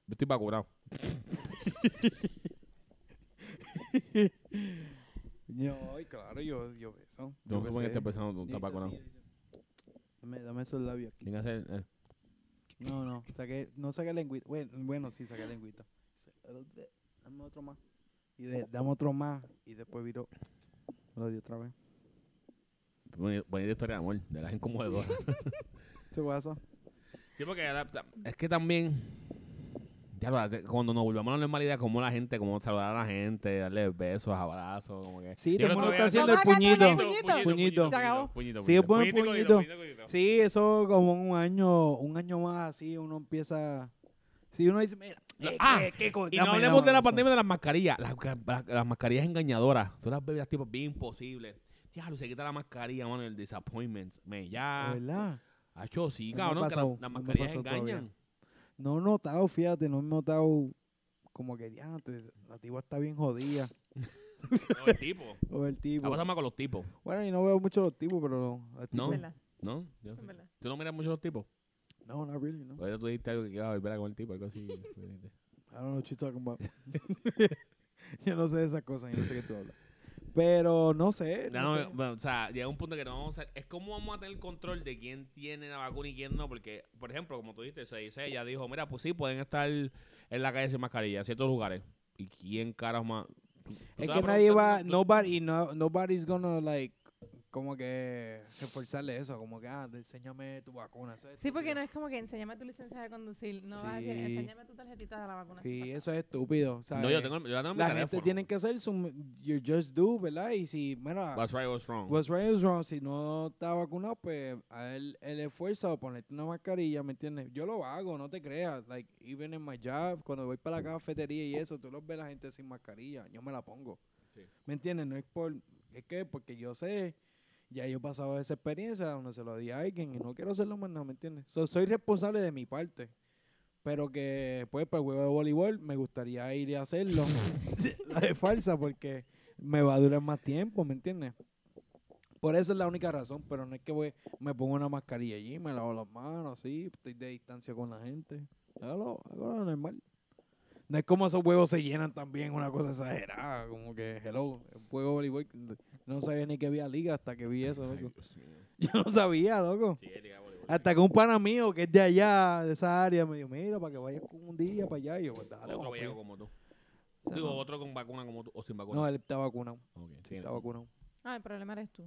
Speaker 2: Yo estoy vacunado.
Speaker 3: No, y claro, yo, yo beso.
Speaker 2: Yo no sé por
Speaker 3: Yo
Speaker 2: qué
Speaker 3: besé.
Speaker 2: estás besando, tú estás
Speaker 3: Dice
Speaker 2: vacunado.
Speaker 3: así, dice, Dame, dame esos labios aquí.
Speaker 2: Tiene que hacer, eh,
Speaker 3: No, no, saqué, no saqué lengüita. Bueno, bueno, sí, saqué lengüita. Dice, Dame otro más. Y de, dame otro más. Y después viró. Me lo dio otra vez.
Speaker 2: boni- bonita historia de amor, de las incomodadoras.
Speaker 3: ¿Se pasa?
Speaker 2: Sí, porque la- ta- es que también. Ya lo hace- cuando nos volvamos a la normalidad, como la gente, como saludar a la gente, darle besos, abrazos, como que.
Speaker 3: Sí,
Speaker 2: Yo
Speaker 3: todo el
Speaker 2: no
Speaker 3: mundo
Speaker 2: estoy
Speaker 3: está haciendo el
Speaker 1: Vamos a cantar
Speaker 3: puñito.
Speaker 1: el puñito.
Speaker 3: Puñito.
Speaker 1: Se acabó.
Speaker 2: puñito,
Speaker 3: Sí, es bueno el puñito.
Speaker 2: puñito.
Speaker 3: Sí, eso como un año, un año más así, uno empieza. Si uno dice, mira,
Speaker 2: No,
Speaker 3: eh,
Speaker 2: ah,
Speaker 3: qué- qué co-
Speaker 2: Y
Speaker 3: dame,
Speaker 2: no
Speaker 3: dame
Speaker 2: hablemos de la
Speaker 3: eso.
Speaker 2: pandemia de las mascarillas. Las, ca- las- las mascarillas engañadoras. Tú las bebes tipo bien imposible. Diablo, se quita la mascarilla, mano, el disappointment. Me
Speaker 3: De
Speaker 2: ya.
Speaker 3: ¿Verdad?
Speaker 2: Hacho, sí,
Speaker 3: No me ha
Speaker 2: cabrón. que la-
Speaker 3: pasado,
Speaker 2: las
Speaker 3: no me ha
Speaker 2: mascarillas
Speaker 3: pasado
Speaker 2: engañan.
Speaker 3: todavía. No he notado, fíjate, no he notado como que antes, la tipa está bien jodida.
Speaker 2: No, el tipo.
Speaker 3: O el
Speaker 2: La
Speaker 3: tipo.
Speaker 2: pasa más con los tipos,
Speaker 3: Bueno, y no veo mucho los tipos, pero. los
Speaker 2: No.
Speaker 1: Es
Speaker 3: tipos-
Speaker 1: verdad,
Speaker 2: ¿no? Yo
Speaker 1: es
Speaker 2: sí.
Speaker 1: verdad.
Speaker 2: ¿Tú no miras mucho los tipos?
Speaker 3: No, not really, no.
Speaker 2: O ya tú dijiste algo que ibas a volver a con el tipo, algo así.
Speaker 3: I don't know what you're talking about. yo no sé de esas cosas, yo no sé qué tú hablas. Pero no sé.
Speaker 2: Ya
Speaker 3: eh, no
Speaker 2: no,
Speaker 3: sé.
Speaker 2: bueno, o sea, llega un punto que no vamos a... Es como vamos a tener control de quién tiene la vacuna y quién no, porque, por ejemplo, como tú dijiste, se dice, ella dijo, mira, pues sí, pueden estar en la calle sin mascarilla, en ciertos lugares. ¿Y quién caras más...? Tú- tú te
Speaker 3: Es
Speaker 2: vas a
Speaker 3: que nadie
Speaker 2: preguntar,
Speaker 3: va,
Speaker 2: tú-
Speaker 3: nobody, no, nobody's gonna like, como que reforzarle eso, como que, ah, enséñame tu vacuna. eso es
Speaker 1: Sí, porque no
Speaker 3: estúpido.
Speaker 1: es como que enséñame tu licencia de conducir. No vas a decir,
Speaker 3: Sí.
Speaker 1: enséñame tu tarjetita de la vacuna.
Speaker 3: Sí, eso es estúpido, ¿sabes?
Speaker 2: No, yo, tengo, yo la tengo en mi
Speaker 3: La gente
Speaker 2: teléfono.
Speaker 3: tiene que hacer su, you just do, ¿verdad? Y si, mira,
Speaker 2: What's right, what's wrong.
Speaker 3: what's right is wrong, si no está vacunado, pues, a él, el esfuerzo de ponerte una mascarilla, ¿me entiendes? Yo lo hago, no te creas, like, even in my job, cuando voy para la cafetería y eso, tú los ves la gente sin mascarilla, yo me la pongo.
Speaker 2: Sí.
Speaker 3: ¿Me entiendes? No es por. Es que porque yo sé, ya yo he pasado esa experiencia donde se lo di a alguien y no quiero hacerlo más nada, ¿me entiendes? So, soy responsable de mi parte. Pero que, pues, para el juego de voleibol me gustaría ir a hacerlo. la de falsa, porque me va a durar más tiempo, ¿me entiendes? Por eso es la única razón, pero no es que voy, me pongo una mascarilla allí, me lavo las manos, así, estoy de distancia con la gente. Hágalo, hágalo normal. No es como esos huevos se llenan también, una cosa exagerada, como que, hello, el juego de voleibol, no sabía ni que había liga hasta que vi eso,
Speaker 2: Ay,
Speaker 3: loco.
Speaker 2: Dios mío.
Speaker 3: Yo no sabía, loco.
Speaker 2: Sí, liga de voleibol.
Speaker 3: Hasta que un pana mío que es de allá, de esa área, me dijo, mira, para que vayas un día para allá. Y yo, pues, dale,
Speaker 2: Otro
Speaker 3: vamos para
Speaker 2: viejo
Speaker 3: allá.
Speaker 2: como tú.
Speaker 3: O sea,
Speaker 2: Digo,
Speaker 3: no.
Speaker 2: otro con vacuna como tú, o sin vacuna.
Speaker 3: No, él está vacunado.
Speaker 2: Ok, sí,
Speaker 3: Está
Speaker 2: no.
Speaker 3: vacunado.
Speaker 1: Ah, el problema eres tú.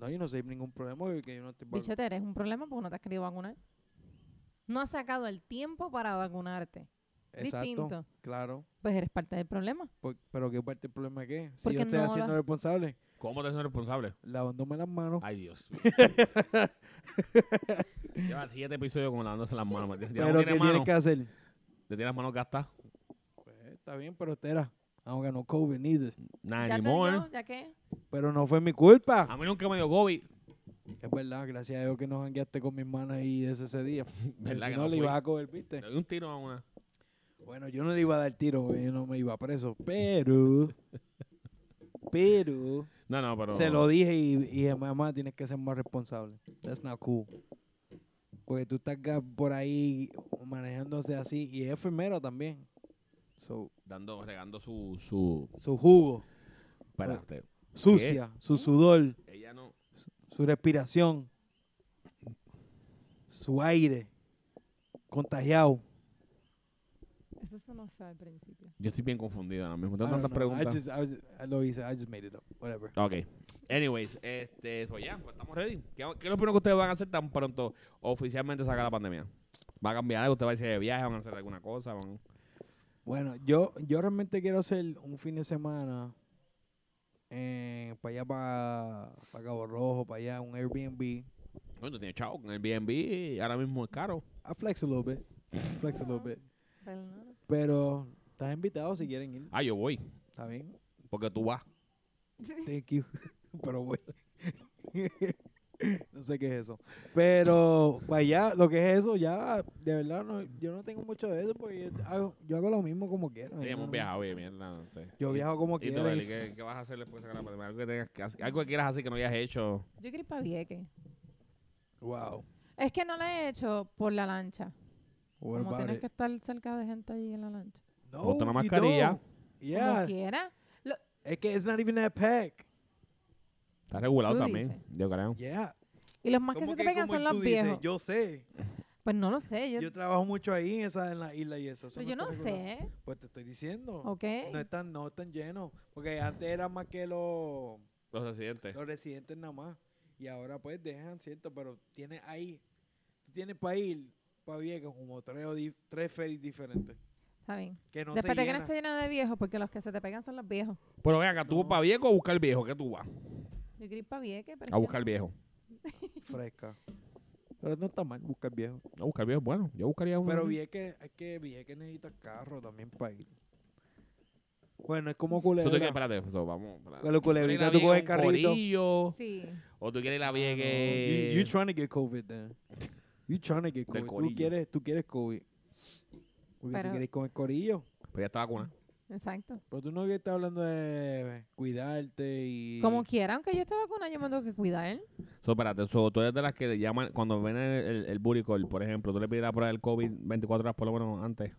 Speaker 3: No, yo no sé ningún problema porque yo no estoy vacunado.
Speaker 1: Bichete, eres un problema porque no te has querido vacunar. No has sacado el tiempo para vacunarte.
Speaker 3: Exacto.
Speaker 1: Distinto.
Speaker 3: Claro.
Speaker 1: Pues eres parte del problema.
Speaker 3: Por- pero ¿qué parte del problema que es? Si
Speaker 1: Porque
Speaker 3: yo estoy
Speaker 1: no
Speaker 3: haciendo
Speaker 1: las-
Speaker 3: responsable,
Speaker 2: ¿Cómo te haces responsable?
Speaker 3: lavándome las manos.
Speaker 2: Ay, Dios mío. Lleva siete episodios con lavándose las manos. Martín. Ya no
Speaker 3: pero ¿qué
Speaker 2: tiene
Speaker 3: tienes
Speaker 2: mano.
Speaker 3: que hacer?
Speaker 2: Te tiene las manos gastadas.
Speaker 3: Pues, está bien, pero espera. Aunque no COVID neither.
Speaker 2: Nada,
Speaker 1: ya
Speaker 2: ni eh.
Speaker 1: te
Speaker 2: more.
Speaker 1: dio, ya que.
Speaker 3: Pero no fue mi culpa.
Speaker 2: A mí nunca me dio COVID.
Speaker 3: Es verdad, gracias a Dios que no jangueaste con mi hermana ahí ese, ese día. Porque
Speaker 2: ¿Verdad
Speaker 3: si
Speaker 2: que
Speaker 3: no,
Speaker 2: no
Speaker 3: le
Speaker 2: fui?
Speaker 3: ibas a coger, ¿viste?
Speaker 2: Le doy un tiro a una.
Speaker 3: Bueno, yo no le iba a dar tiro, porque yo no me iba preso. Pero, pero,
Speaker 2: No, no, pero.
Speaker 3: se lo dije y, y dije, mamá, tienes que ser más responsable. That's not cool. Porque tú estás ga- por ahí manejándose así y es enfermera también. So,
Speaker 2: Dando, regando su. su
Speaker 3: su jugo,
Speaker 2: espérate.
Speaker 3: Ah. sucia, su sudor,
Speaker 2: Ella no.
Speaker 3: su respiración, su aire, contagiado.
Speaker 1: Eso se nos fue al principio.
Speaker 2: Yo estoy bien confundido ahora mismo. Tengo
Speaker 3: I don't
Speaker 2: tantas
Speaker 3: know. I
Speaker 2: preguntas.
Speaker 3: just- I was- I lo hice, I just made it up. Whatever.
Speaker 2: Ok. Anyways, este, pues ya, pues estamos ready. ¿Qué, qué es lo primero que ustedes van a hacer tan pronto oficialmente saca la pandemia? ¿Va a cambiar algo? ¿Usted va a irse de viaje? ¿Van a hacer alguna cosa? ¿Van-
Speaker 3: Bueno, yo, yo realmente quiero hacer un fin de semana para allá, para Cabo Rojo, para allá, un Airbnb.
Speaker 2: Bueno, tiene chao con el BNB. Ahora mismo es caro.
Speaker 3: I flex a little bit. Flex a little bit.
Speaker 1: Pero no,
Speaker 3: Pero estás invitado si quieren ir.
Speaker 2: Ah, yo voy.
Speaker 3: ¿Está bien?
Speaker 2: Porque tú vas.
Speaker 3: Thank you. Pero voy. no sé qué es eso. Pero para allá, lo que es eso, ya, de verdad, no, yo no tengo mucho de eso porque yo hago, yo hago lo mismo como quiero.
Speaker 2: Sí,
Speaker 3: yo no-
Speaker 2: hemos viajado, oye, mierda. no sé.
Speaker 3: Yo viajo como
Speaker 2: ¿Y tú,
Speaker 3: quiero.
Speaker 2: Eli, ¿qué, qué vas a hacer después de sacar la pandemia? Algo que, tengas que hacer- algo que quieras hacer que no hayas hecho.
Speaker 1: Yo quiero ir para Vieques.
Speaker 3: Wow.
Speaker 1: Es que no lo he hecho por la lancha.
Speaker 3: What
Speaker 1: como
Speaker 3: about
Speaker 1: tienes
Speaker 3: it?
Speaker 1: que estar cerca de gente allí en la lancha.
Speaker 3: No,
Speaker 2: Ponte una
Speaker 3: you
Speaker 2: mascarilla.
Speaker 3: don't.
Speaker 1: Como
Speaker 3: Yeah.
Speaker 1: quiera.
Speaker 3: Es que it's not even that pack.
Speaker 2: Está regulado
Speaker 1: Tú
Speaker 2: también,
Speaker 1: dices.
Speaker 2: yo creo.
Speaker 3: Yeah.
Speaker 1: Y los más que
Speaker 3: ¿Cómo
Speaker 1: se te pegan
Speaker 3: cómo
Speaker 1: son
Speaker 3: tú
Speaker 1: los
Speaker 3: dices?
Speaker 1: viejos.
Speaker 3: Yo sé.
Speaker 1: pues no lo sé. Yo,
Speaker 3: Yo trabajo mucho ahí en, esa, en la isla y eso. eso
Speaker 1: pero yo
Speaker 3: está
Speaker 1: no
Speaker 3: regulado.
Speaker 1: sé.
Speaker 3: Pues te estoy diciendo.
Speaker 1: ¿Ok?
Speaker 3: No están, no están llenos. Porque antes era más que los,
Speaker 2: Los residentes.
Speaker 3: los residentes nada más. Y ahora pues dejan, ¿cierto? Pero tienes ahí, tú tienes para ir, para Vieques, como tres, o di- tres ferries diferentes.
Speaker 1: Está bien.
Speaker 3: Que no
Speaker 1: Después
Speaker 3: se
Speaker 1: te que
Speaker 3: llenan.
Speaker 1: no esté llena de viejos, porque los que se te pegan son los viejos.
Speaker 2: Pero ven acá, ¿tú vas
Speaker 3: No.
Speaker 2: para viejo o a buscar viejo? ¿Qué tú vas?
Speaker 1: Yo quiero ir para Vieques, pero es
Speaker 2: A
Speaker 1: que
Speaker 2: buscar viejo.
Speaker 3: Fresca. Pero no está mal buscar viejo.
Speaker 2: A buscar viejo, bueno, yo buscaría uno.
Speaker 3: Pero
Speaker 2: aquí.
Speaker 3: Vieques, es que Vieques necesita carro también para ir. Bueno, es como
Speaker 2: Eso tú quieres,
Speaker 3: culebra.
Speaker 2: espérate, eso, vamos. espérate.
Speaker 3: Pero
Speaker 2: ¿Quieres ir a
Speaker 3: culebrita, tú
Speaker 2: Vieques
Speaker 3: coges el
Speaker 2: con
Speaker 3: carrito.
Speaker 2: corillo?
Speaker 1: Sí. Ah,
Speaker 2: ¿O tú quieres ir a
Speaker 3: You,
Speaker 2: Vieques?
Speaker 3: you trying to get COVID then. You trying to
Speaker 2: Del
Speaker 3: get COVID. Tú
Speaker 2: corillo.
Speaker 3: quieres, tú quieres COVID. Porque
Speaker 1: Pero-
Speaker 3: tú quieres con el corillo.
Speaker 2: Pero ya está vacunado.
Speaker 1: Exacto.
Speaker 3: Pero tú no que estás hablando de cuidarte y...
Speaker 1: Como quiera, aunque yo esté vacuna, yo me tengo que cuidar.
Speaker 2: So, espérate, so, tú eres de las que le llaman, cuando ven el, el, el booty call, por ejemplo, tú le pides la prueba del COVID 24 horas por lo menos antes.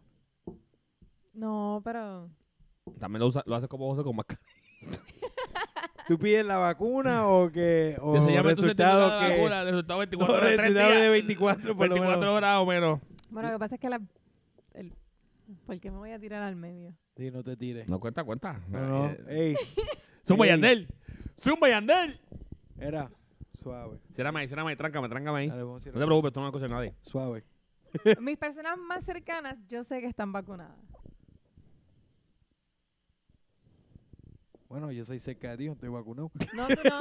Speaker 1: No, pero
Speaker 2: También lo, usa- lo haces como José con mascarilla.
Speaker 3: ¿Tú pides la vacuna o que o
Speaker 2: Te enseñaban tu
Speaker 3: resultado
Speaker 2: certificado de
Speaker 3: que
Speaker 2: vacuna, resultado 24 horas, tres
Speaker 3: resultado
Speaker 2: días,
Speaker 3: de 24 por lo menos.
Speaker 2: 24 horas o menos.
Speaker 1: bueno, lo que pasa es que la... El, ¿Por qué me voy a tirar al medio?
Speaker 3: Sí, no te tires.
Speaker 2: No cuenta, cuenta.
Speaker 3: No, no.
Speaker 2: Eh,
Speaker 3: Ey,
Speaker 2: Zumba
Speaker 3: Ey.
Speaker 2: Yandel. Zumba Yandel.
Speaker 3: era suave.
Speaker 2: Cierrame ahí, ciérrame ahí, tráncame, tráncame ahí.
Speaker 3: Dale, vamos a
Speaker 2: No
Speaker 3: ir
Speaker 2: te preocupes, esto no lo escucha nadie.
Speaker 3: Suave.
Speaker 1: Mis personas más cercanas, yo sé que están vacunadas.
Speaker 3: Bueno, yo soy cerca de ti, no estoy vacunado.
Speaker 1: No, tú no.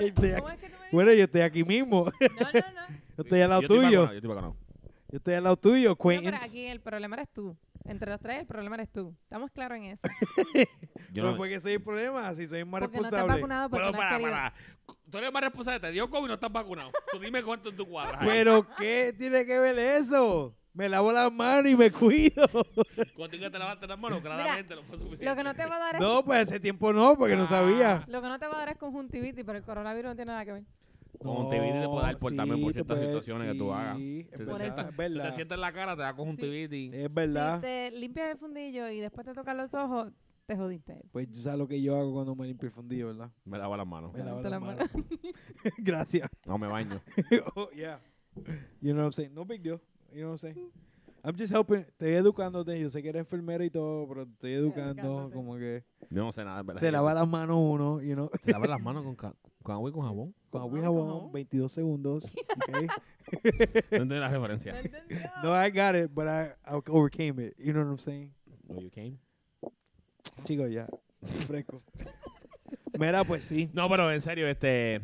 Speaker 1: Oye, ¿Cómo es que tú me
Speaker 3: Bueno, yo estoy aquí mismo.
Speaker 1: dices? No, no, no.
Speaker 3: Yo estoy al lado
Speaker 2: Yo estoy
Speaker 3: tuyo.
Speaker 2: vacunado, Yo estoy vacunado.
Speaker 3: Yo estoy al lado tuyo,
Speaker 1: No,
Speaker 3: Quentin.
Speaker 1: pero aquí el problema eres tú. Entre los tres, el problema eres tú. Estamos claros en eso.
Speaker 2: Yo
Speaker 3: no,
Speaker 2: no-
Speaker 3: porque soy el problema, si soy más
Speaker 1: Porque no te has
Speaker 3: responsable.
Speaker 1: vacunado porque
Speaker 2: Pero
Speaker 1: no has
Speaker 2: para,
Speaker 1: querido.
Speaker 2: para. Tú eres más responsable, te dio COVID y no estás vacunado. Tú dime cuánto en tu cuadra.
Speaker 3: pero ¿qué tiene que ver eso? Me lavo las manos y me cuido.
Speaker 2: Cuando tengas que te lavaste las manos, claramente no fue suficiente.
Speaker 1: Lo que no te va a dar es...
Speaker 3: No, pues ese tiempo no, porque no sabía.
Speaker 1: Lo que no te va a dar es conjuntivitis, pero el coronavirus no tiene nada que ver.
Speaker 2: Conjuntivitis te puede dar por- también por ciertas situaciones que tú hagas.
Speaker 3: pues, Sí,
Speaker 2: Te
Speaker 3: es verdad.
Speaker 1: sientas-
Speaker 2: Tú
Speaker 3: Es
Speaker 2: te
Speaker 3: verdad.
Speaker 2: sientes en la cara, te da conjuntivitis.
Speaker 3: Es
Speaker 1: Si
Speaker 3: verdad.
Speaker 1: te limpias el fundillo y después te tocan los ojos, te jodiste.
Speaker 3: Pues tú sabes lo que yo hago cuando me limpio el fundillo, ¿verdad?
Speaker 2: Me lavo las manos.
Speaker 3: Me lavo
Speaker 1: Lavarte
Speaker 3: las
Speaker 1: las
Speaker 3: manos. Gracias.
Speaker 2: No me baño.
Speaker 3: oh, yeah. You know what I'm saying? No big deal. You know what I'm saying? I'm just helping. Estoy educándote. Yo sé que eres enfermera y todo, pero te estoy educando.
Speaker 1: Educándote.
Speaker 3: Como que
Speaker 2: Yo no sé nada, en ¿verdad?
Speaker 3: se lava las manos uno, you know.
Speaker 2: Se lava las manos con, ca- con agua y con jabón.
Speaker 3: Con agua y
Speaker 1: Con
Speaker 3: jabón,
Speaker 1: jabón.
Speaker 3: 22 segundos. Okay?
Speaker 2: No entiendo la
Speaker 1: ¿No
Speaker 2: referencia.
Speaker 1: entendió?
Speaker 3: no, I got it, but I, I overcame it. You know what I'm saying?
Speaker 2: Were you came?
Speaker 3: Chico, ya. Fresco. Mira, pues sí.
Speaker 2: No, pero en serio, este.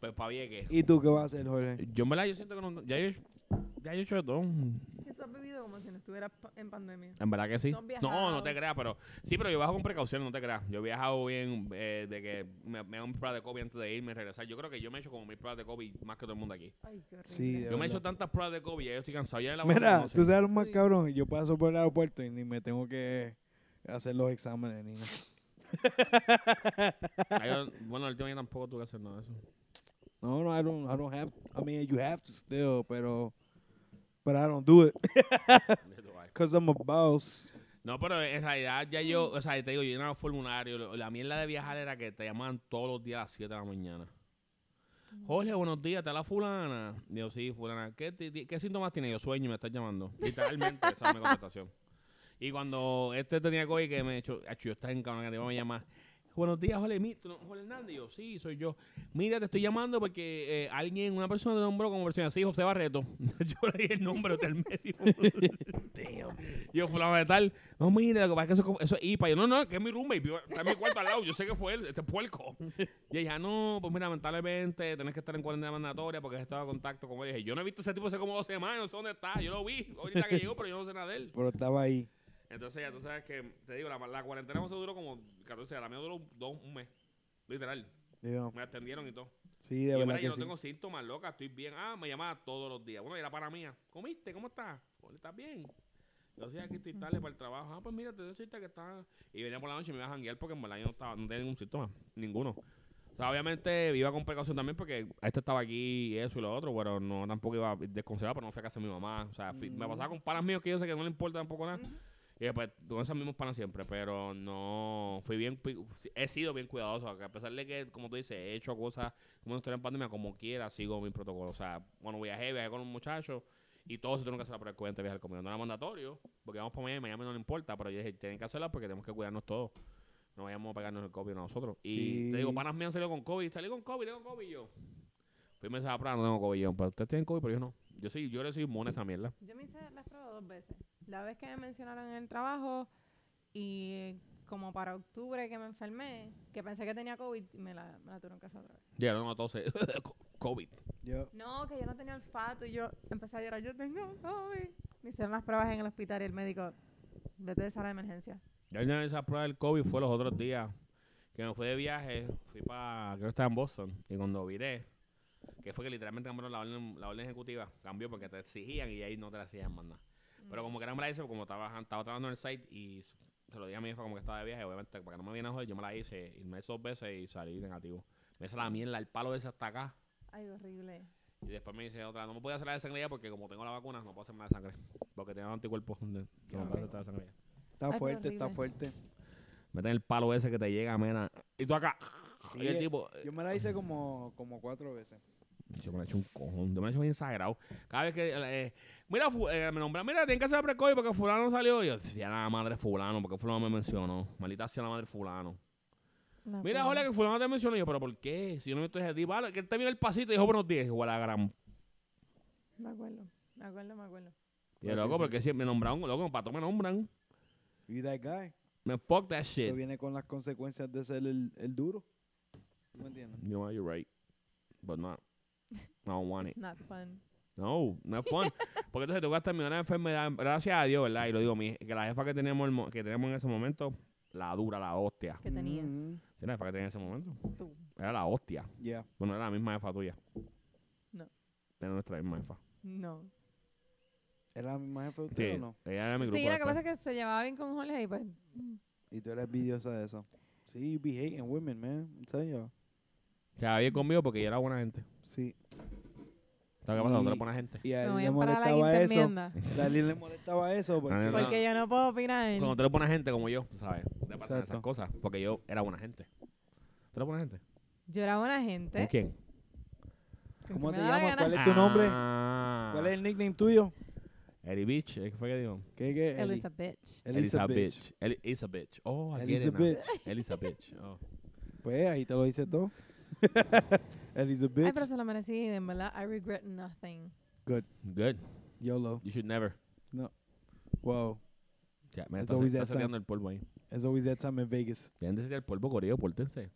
Speaker 2: Pues pa' Vieques.
Speaker 3: ¿Y tú qué vas a hacer, Jorge?
Speaker 2: Yo en verdad, yo siento que no. Ya yo, ya yo he hecho de todo. En
Speaker 1: Que tú has vivido como si no estuvieras pa- en pandemia.
Speaker 2: verdad que sí.
Speaker 1: No has viajado.
Speaker 2: No, no te creas, pero. Sí, pero yo bajo con precaución, no te creas. Yo he viajado bien eh, de que me, me hago un prueba de COVID antes de irme y regresar. Yo creo que yo me he hecho como mil pruebas de COVID más que todo el mundo aquí.
Speaker 1: Ay, qué horrible.
Speaker 3: Sí, eh. de
Speaker 2: Yo me he
Speaker 3: verdad.
Speaker 2: hecho tantas pruebas de COVID, ya yo estoy cansado ya de la vacuna,
Speaker 3: Mira,
Speaker 2: no sé.
Speaker 3: tú sabes lo más
Speaker 1: Sí.
Speaker 3: cabrón. Yo paso por el aeropuerto y ni me tengo que hacer los exámenes ni nada.
Speaker 2: Ay, Ah, yo- Bueno, el último día tampoco tuve que hacer nada de eso.
Speaker 3: No, no, I don't, I don't have. I mean, you have to still, pero, but I don't do it because I'm a boss.
Speaker 2: No, pero en realidad ya yo, o sea, te digo, yo llenaba formulario. lo- La mierda de viajar era que te llamaban todos los días a las 7 de la mañana. Jorge, buenos días, ¿está la fulana? Y Yo, sí, fulana. ¿Qué, ti- ti- qué síntomas tiene? Yo sueño y me estás llamando. Literalmente, esa es mi contestación. Y cuando este tenía COVID que me echó, "Acho, yo estaba en cabrón que te iba a llamar. Buenos días, Jorge, mi- tú no- Jorge Hernández. Y Yo, sí, soy yo. Mira, te estoy llamando porque eh, alguien, una persona te nombró como persona así, José Barreto. yo le di el nombre del médico. Yo, fulano de tal, no, mira, lo que pasa es que eso, es como- eso es IPA. Yo, no, no, que es mi roommate, yo- está en mi cuarto al lado, yo sé que fue él, este puerco. Y ella, no, pues mira, lamentablemente tenés que estar en cuarentena mandatoria porque has estado en contacto con él. Y dije, yo no he visto a ese tipo hace como dos semanas, no sé dónde está, yo lo vi ahorita que llegó, pero yo no sé nada de él.
Speaker 3: Pero estaba ahí.
Speaker 2: Entonces ya tú sabes que, te digo, la, la cuarentena no se duró como 14 horas, la mía duró un- dos, un mes, literal.
Speaker 3: Digo,
Speaker 2: Me atendieron y todo.
Speaker 3: sí,
Speaker 2: Y
Speaker 3: de
Speaker 2: yo,
Speaker 3: verdad
Speaker 2: mira, yo no
Speaker 3: que
Speaker 2: tengo
Speaker 3: sí.
Speaker 2: síntomas, loca, estoy bien. Ah, me llamaba todos los días. Bueno, era para mía. ¿Comiste? ¿Cómo estás? Hola, ¿Estás bien? Yo sí, aquí estoy tarde para el trabajo. Ah, pues mira, te doy cita que está. Y venía por la noche y me iba a janguear porque en verdad yo no, estaba, no tenía ningún síntoma. Ninguno. O sea, obviamente iba con precaución también porque este estaba aquí y eso y lo otro, pero no tampoco iba desconsiderado, pero no fui a casa de mi mamá. O sea, fui- me
Speaker 3: Mm.
Speaker 2: pasaba con panas míos que yo sé que no le importa tampoco nada.
Speaker 1: Ujú.
Speaker 2: Y después con esos mismos panas siempre, pero no fui bien, pi- he sido bien cuidadoso, que a pesar de que, como tú dices, he hecho cosas como no estoy en pandemia, como quiera, sigo mi protocolo. O sea, bueno, viajé, viajé con un muchacho y todos se tuvieron que hacer la prueba de COVID antes de viajar conmigo. No era mandatorio, porque vamos para Miami, Miami no le importa, pero yo dije, tienen que hacerla porque tenemos que cuidarnos todos. No vayamos a pegarnos el COVID nosotros. Y te digo,
Speaker 3: Sí.
Speaker 2: panas mías han salido con COVID, salí con COVID, tengo COVID y yo. Fui me a prueba, no tengo COVID yo. Pero ustedes tienen COVID, pero yo no. Yo soy, yo le soy inmune a esa mierda.
Speaker 1: Yo me hice las pruebas dos veces. La vez que me mencionaron en el trabajo y como para octubre que me enfermé, que pensé que tenía COVID, me la, me la tuvieron que hacer otra vez.
Speaker 2: Llegaron no, entonces, COVID.
Speaker 3: Yo,
Speaker 1: No, que yo no tenía olfato y yo empecé a llorar, yo tengo COVID. Me hicieron las pruebas en el hospital y el médico, vete de sala de emergencia.
Speaker 2: Ya una vez esa prueba del COVID fue los otros días que me fui de viaje, fui para, creo que estaba en Boston, y cuando viré, que fue que literalmente cambiaron la orden, la orden ejecutiva, cambió porque te exigían y ahí no te la hacían más nada. Pero como que era en verdad eso, como estaba, estaba trabajando en el site y se lo dije a mi hija como que estaba de viaje, obviamente, para que no me viene a joder, yo me la hice, irme dos veces y salí negativo. Me hice la mierda, el palo ese hasta acá.
Speaker 1: Ay, horrible.
Speaker 2: Y después me dice otra, no me puedo hacer la de sangre ya porque como tengo la vacuna, no puedo hacerme la de sangre. Porque tengo anticuerpos. No,
Speaker 3: Ya,
Speaker 2: no puedo hacer la de sangre ya.
Speaker 3: Está
Speaker 1: Ay,
Speaker 3: fuerte, está
Speaker 1: horrible.
Speaker 3: fuerte.
Speaker 2: Meten el palo ese que te llega, mena. Y tú acá.
Speaker 3: Sí,
Speaker 2: y el
Speaker 3: eh,
Speaker 2: tipo.
Speaker 3: Yo me la hice como, como cuatro veces.
Speaker 2: Yo me la he hecho un cojón. Yo me la he hecho bien exagerado. Cada vez que. eh, mira, fu- eh, me nombran, mira, tienen que hacer precoz porque Fulano no salió. Y yo decía, la madre Fulano, porque Fulano me mencionó. Maldita sea la madre Fulano.
Speaker 1: No,
Speaker 2: Mira,
Speaker 1: pero-
Speaker 2: hola, que Fulano te mencionó. Y yo, pero ¿por qué? Si yo no me estoy a ti, vale, que él te vio el pasito y dijo buenos días. Igual a la gran.
Speaker 1: Me acuerdo, me acuerdo, me acuerdo.
Speaker 2: Y yo, loco, porque si me nombraron, loco, para todo me nombran.
Speaker 3: Y that guy.
Speaker 2: Me fuck that
Speaker 3: Eso
Speaker 2: shit.
Speaker 3: viene con las consecuencias de ser el, el duro. ¿Tú me entiendes?
Speaker 2: You know what, you're right. But not. I don't want it.
Speaker 1: It's not fun.
Speaker 2: No, no es fun. Porque entonces tú gastas millones de enfermedades. Gracias a Dios, ¿verdad? Y lo digo, mi, que la jefa que tenemos, el mo- que tenemos en ese momento, la dura, la hostia.
Speaker 1: Que tenías
Speaker 3: Mhm.
Speaker 2: ¿Sí, la jefa que tenía en ese momento?
Speaker 1: tú.
Speaker 2: Era la hostia.
Speaker 3: Yeah.
Speaker 2: Bueno, era la misma jefa tuya.
Speaker 1: No.
Speaker 2: Era nuestra misma jefa.
Speaker 3: Mm.
Speaker 1: No.
Speaker 3: ¿Era la misma jefe de usted
Speaker 2: Sí,
Speaker 3: o no?
Speaker 2: ella era mi grupo.
Speaker 1: Sí, lo que
Speaker 2: después.
Speaker 1: pasa es que se llevaba bien con Jorge y pues...
Speaker 3: Y tú eres envidiosa de eso. Sí, you be hating women, man. I'm telling you.
Speaker 2: Se va bien conmigo porque ella era buena gente.
Speaker 3: Sí.
Speaker 2: ¿Sabes qué pasa? Tú
Speaker 3: Y-
Speaker 2: eres buena gente.
Speaker 3: Y a
Speaker 1: Me
Speaker 3: él
Speaker 1: voy a
Speaker 3: le
Speaker 1: parar a la
Speaker 3: molestaba
Speaker 1: quinta
Speaker 3: eso.
Speaker 1: enmienda.
Speaker 3: A él le molestaba eso porque...
Speaker 2: No, no, no.
Speaker 1: Porque yo no puedo opinar.
Speaker 2: Cuando tú eres buena gente como yo, tú ¿sabes? Te pasan esas
Speaker 3: Exacto.
Speaker 2: cosas. Porque yo era buena gente. ¿Tú eres buena gente?
Speaker 1: Yo era buena
Speaker 2: ¿Con
Speaker 1: gente.
Speaker 2: quién?
Speaker 1: con
Speaker 3: ¿Cómo
Speaker 1: que
Speaker 3: te
Speaker 1: me daba
Speaker 3: llamas?
Speaker 1: gana.
Speaker 3: ¿Cuál es tu nombre?
Speaker 2: Ah.
Speaker 3: ¿Cuál es el nickname tuyo?
Speaker 2: Eri Beach, ¿eh? ¿qué fue que dijo?
Speaker 3: ¿Qué, qué? Eli?
Speaker 1: Elizabeth.
Speaker 3: Elizabeth.
Speaker 2: Elizabeth. Elizabeth. Oh, I get it now.
Speaker 3: Elizabeth.
Speaker 2: Elizabeth. Oh.
Speaker 3: Pues ahí te lo dice todo.
Speaker 1: Ay,
Speaker 3: Elizabeth.
Speaker 1: pero se lo merecí, en verdad. I regret nothing.
Speaker 2: Good.
Speaker 3: YOLO.
Speaker 2: You should never.
Speaker 3: Wow.
Speaker 2: Ya, me
Speaker 3: It's
Speaker 2: está,
Speaker 3: always
Speaker 2: está
Speaker 3: that time.
Speaker 2: saliendo el polvo ahí.
Speaker 3: It's always that time in Vegas.
Speaker 2: Dejen de tirar el polvo, corrido, pórtense.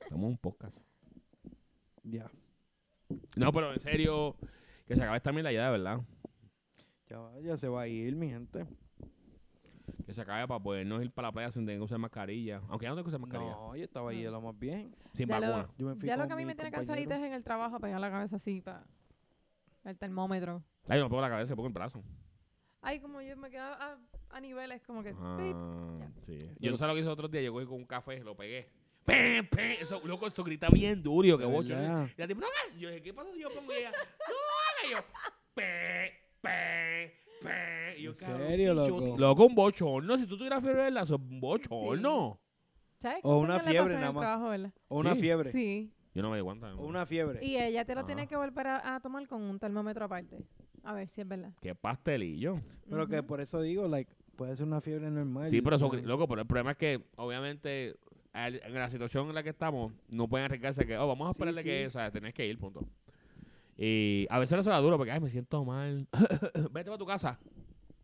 Speaker 2: Estamos en un podcast.
Speaker 3: Ya.
Speaker 2: No, pero en serio, que se acabe esta mierda ya, de verdad.
Speaker 3: Ya, va- ya se va a ir, mi gente.
Speaker 2: Que se acabe para podernos ir para la playa sin tener que usar mascarilla. Aunque ya no tengo que usar mascarilla.
Speaker 3: No, yo estaba ahí de lo más bien.
Speaker 2: Sin
Speaker 1: Ya lo-
Speaker 2: vacuna.
Speaker 3: Yo me fui
Speaker 1: Ya lo
Speaker 3: con
Speaker 1: que a mí
Speaker 3: mi
Speaker 1: me tiene
Speaker 3: compañero.
Speaker 1: cansadita es en el trabajo pegar la cabeza así para el termómetro.
Speaker 2: Ay, no pongo la cabeza, pongo el brazo.
Speaker 1: Ay, como yo me quedo a, a niveles como que... pip.
Speaker 2: Ah, sí. Yo
Speaker 3: Pero-
Speaker 2: no sé lo que hice otro día. Yo cogí con un café, lo pegué. ¡Pim, pim! Eso, loco, eso grita bien duro. yo, Que
Speaker 3: De
Speaker 2: bocho.
Speaker 3: verdad.
Speaker 2: Y la tipa, no hagas. Yo dije, ¿qué pasa si yo pongo ella? ¡No haga! Y yo, ¡pim, pim, pim! Y yo,
Speaker 3: ¿En
Speaker 2: cabrón, qué
Speaker 3: serio, loco?
Speaker 2: choti- Loco, un bochorno. Si tú tuvieras fiebre del lazo, un bochorno.
Speaker 1: ¿Sabes?
Speaker 3: O
Speaker 1: cosas
Speaker 3: una
Speaker 1: que le
Speaker 3: fiebre
Speaker 1: pasan en
Speaker 3: nada
Speaker 1: el
Speaker 3: más.
Speaker 1: trabajo, ¿verdad?
Speaker 3: O una
Speaker 2: Sí.
Speaker 3: fiebre.
Speaker 1: Sí.
Speaker 2: Yo no me di cuenta.
Speaker 3: O una fiebre.
Speaker 1: Y ella te lo tiene
Speaker 2: Ajá.
Speaker 1: que volver a, a tomar con un termómetro aparte. A ver si es verdad.
Speaker 2: Qué pastelillo.
Speaker 3: Pero que pues,
Speaker 1: Ujú.
Speaker 3: por eso digo, like, puede ser una fiebre normal.
Speaker 2: Sí, pero eso, loco, pero el problema es que, obviamente, al- en la situación en la que estamos, no pueden arriesgarse que, oh, vamos a
Speaker 3: Sí,
Speaker 2: esperarle que,
Speaker 3: sí.
Speaker 2: o sea, tenés que ir, punto. Y a veces eso da duro porque, ay, me siento mal. vete para tu casa.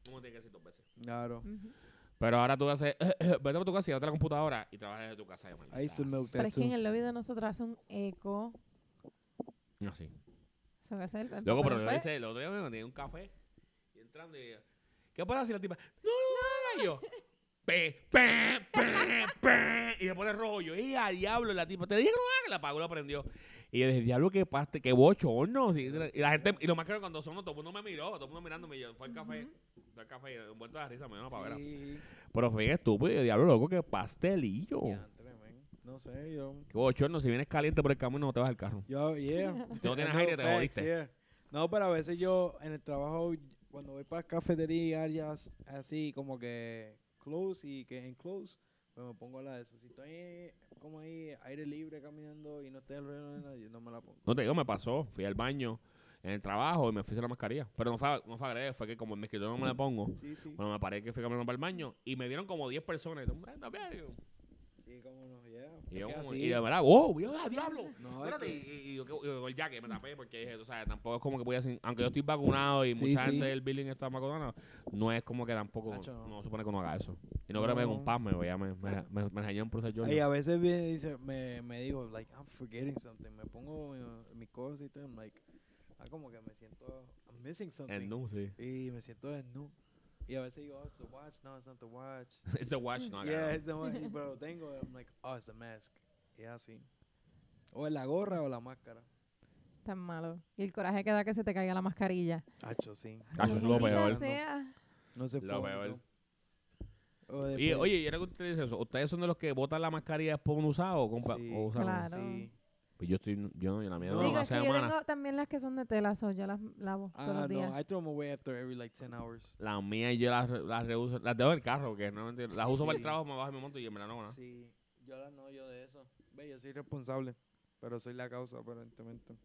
Speaker 2: No tienes que decir dos veces.
Speaker 3: Claro.
Speaker 1: Ujú.
Speaker 2: Pero ahora tú haces, vete para tu casa y date la computadora y trabajas desde tu casa. yo, maldita
Speaker 3: I used to milk
Speaker 1: Pero
Speaker 3: that
Speaker 1: es que en
Speaker 3: too.
Speaker 1: el lobby de nosotros hace un eco.
Speaker 2: sea. Así.
Speaker 1: Se va a hacer el
Speaker 2: Loco, pero lo
Speaker 1: fue-
Speaker 2: dice, el otro día me mandé un café y entrando y ¿qué pasa si la tipa? No, no, no, y yo. Pe, pe, pe, pe. Y se pone rojo. Yo, ¡eh, a diablo! La tipa, te dije que no hagas. La apagó, la prendió. Y yo dije, diablo, qué paste, qué bochorno. Sí, y la gente, y lo más que cuando sonó, todo el mundo me miró, todo el mundo mirándome. Y yo, fue al café, fue al café, y envuelto de la risa, me dio una pavera.
Speaker 3: Sí.
Speaker 2: Pero fue bien estúpido, y yo, diablo, loco, qué pastelillo.
Speaker 3: Diantre, man. No sé, yo...
Speaker 2: Qué bochorno, si vienes caliente por el camino, no te vas al carro.
Speaker 3: Yo, yeah.
Speaker 2: no tienes
Speaker 3: No,
Speaker 2: aire, te
Speaker 3: facts,
Speaker 2: jodiste.
Speaker 3: yeah. No, pero a veces yo en el trabajo, cuando voy para cafetería y áreas así como que close y que en close, pues me pongo la de eso. Si estoy como ahí, aire libre caminando y no estoy alrededor de nadie, no me la pongo.
Speaker 2: No te digo, me pasó. Fui al baño en el trabajo y me puse la mascarilla. Pero no fue, no fue agresivo, fue que como en mi escritorio no me la pongo.
Speaker 3: Sí, sí.
Speaker 2: Bueno, me paré que fui caminando para el baño y me vieron como 10 personas. Y, yo, "Hombre, no, veo".
Speaker 3: Sí, cómo no, yeah.
Speaker 2: y,
Speaker 3: Es
Speaker 2: yo,
Speaker 3: que
Speaker 2: como-
Speaker 3: así.
Speaker 2: y de verdad, wow, yo, ¡ah, diablo.
Speaker 3: No, es
Speaker 2: Espérate,
Speaker 3: que-
Speaker 2: y, y yo, que- yo el jaque me tapé porque dije, tú sabes, tampoco es como que podía hacer, aunque yo estoy vacunado y
Speaker 3: Sí,
Speaker 2: mucha
Speaker 3: sí.
Speaker 2: gente del building está vacunada, no es como que tampoco,
Speaker 3: Hacho, no.
Speaker 2: no, supone que uno haga eso. Y no, creo que
Speaker 3: No.
Speaker 2: con paz me voy a, me, me, me, me enseñó un profesor
Speaker 3: Ay,
Speaker 2: Jordan.
Speaker 3: a veces viene y dice, me, me digo, like, I'm forgetting something. Me pongo mi, mi cosa y todo, I'm like, ah, como que me siento, I'm missing
Speaker 2: En
Speaker 3: something.
Speaker 2: Doom, sí.
Speaker 3: Y me siento desnudo. Y a veces digo, oh, it's the watch. No, it's not the watch.
Speaker 2: It's a watch, no,
Speaker 3: Yeah,
Speaker 2: cabrón.
Speaker 3: it's the one, pero lo tengo. I'm like, oh, it's the mask. Es así. O es la gorra o la máscara.
Speaker 1: Tan malo. Y el coraje que da que se te caiga la mascarilla.
Speaker 3: Hacho, sí.
Speaker 2: Ah, eso es lo
Speaker 1: Maldita
Speaker 2: peor.
Speaker 1: sea.
Speaker 3: No se
Speaker 2: Lo peor.
Speaker 3: O de
Speaker 2: Y,
Speaker 3: pe-
Speaker 2: oye, y era que usted dice eso. ¿Ustedes son de los que botan la mascarilla después de un usado o compra?
Speaker 3: Sí.
Speaker 2: o usan una?
Speaker 1: Claro.
Speaker 3: Sí.
Speaker 2: Pues yo estoy, yo, yo la mía
Speaker 3: No,
Speaker 2: no,
Speaker 3: Digo,
Speaker 1: Digo,
Speaker 2: hace
Speaker 1: es que yo
Speaker 2: semana.
Speaker 1: tengo también las que son de tela, so yo las lavo todos
Speaker 3: Ah,
Speaker 1: los días.
Speaker 3: no, I throw them away after every like 10 hours.
Speaker 2: Las mías yo las, re- las reuso, las dejo en el carro, que no entiendo. Las uso para el
Speaker 3: Sí.
Speaker 2: trabajo, me bajo y me monto y en verdad no, nada.
Speaker 3: Sí, yo las no, yo de eso. Ve, yo soy responsable, pero soy la causa aparentemente.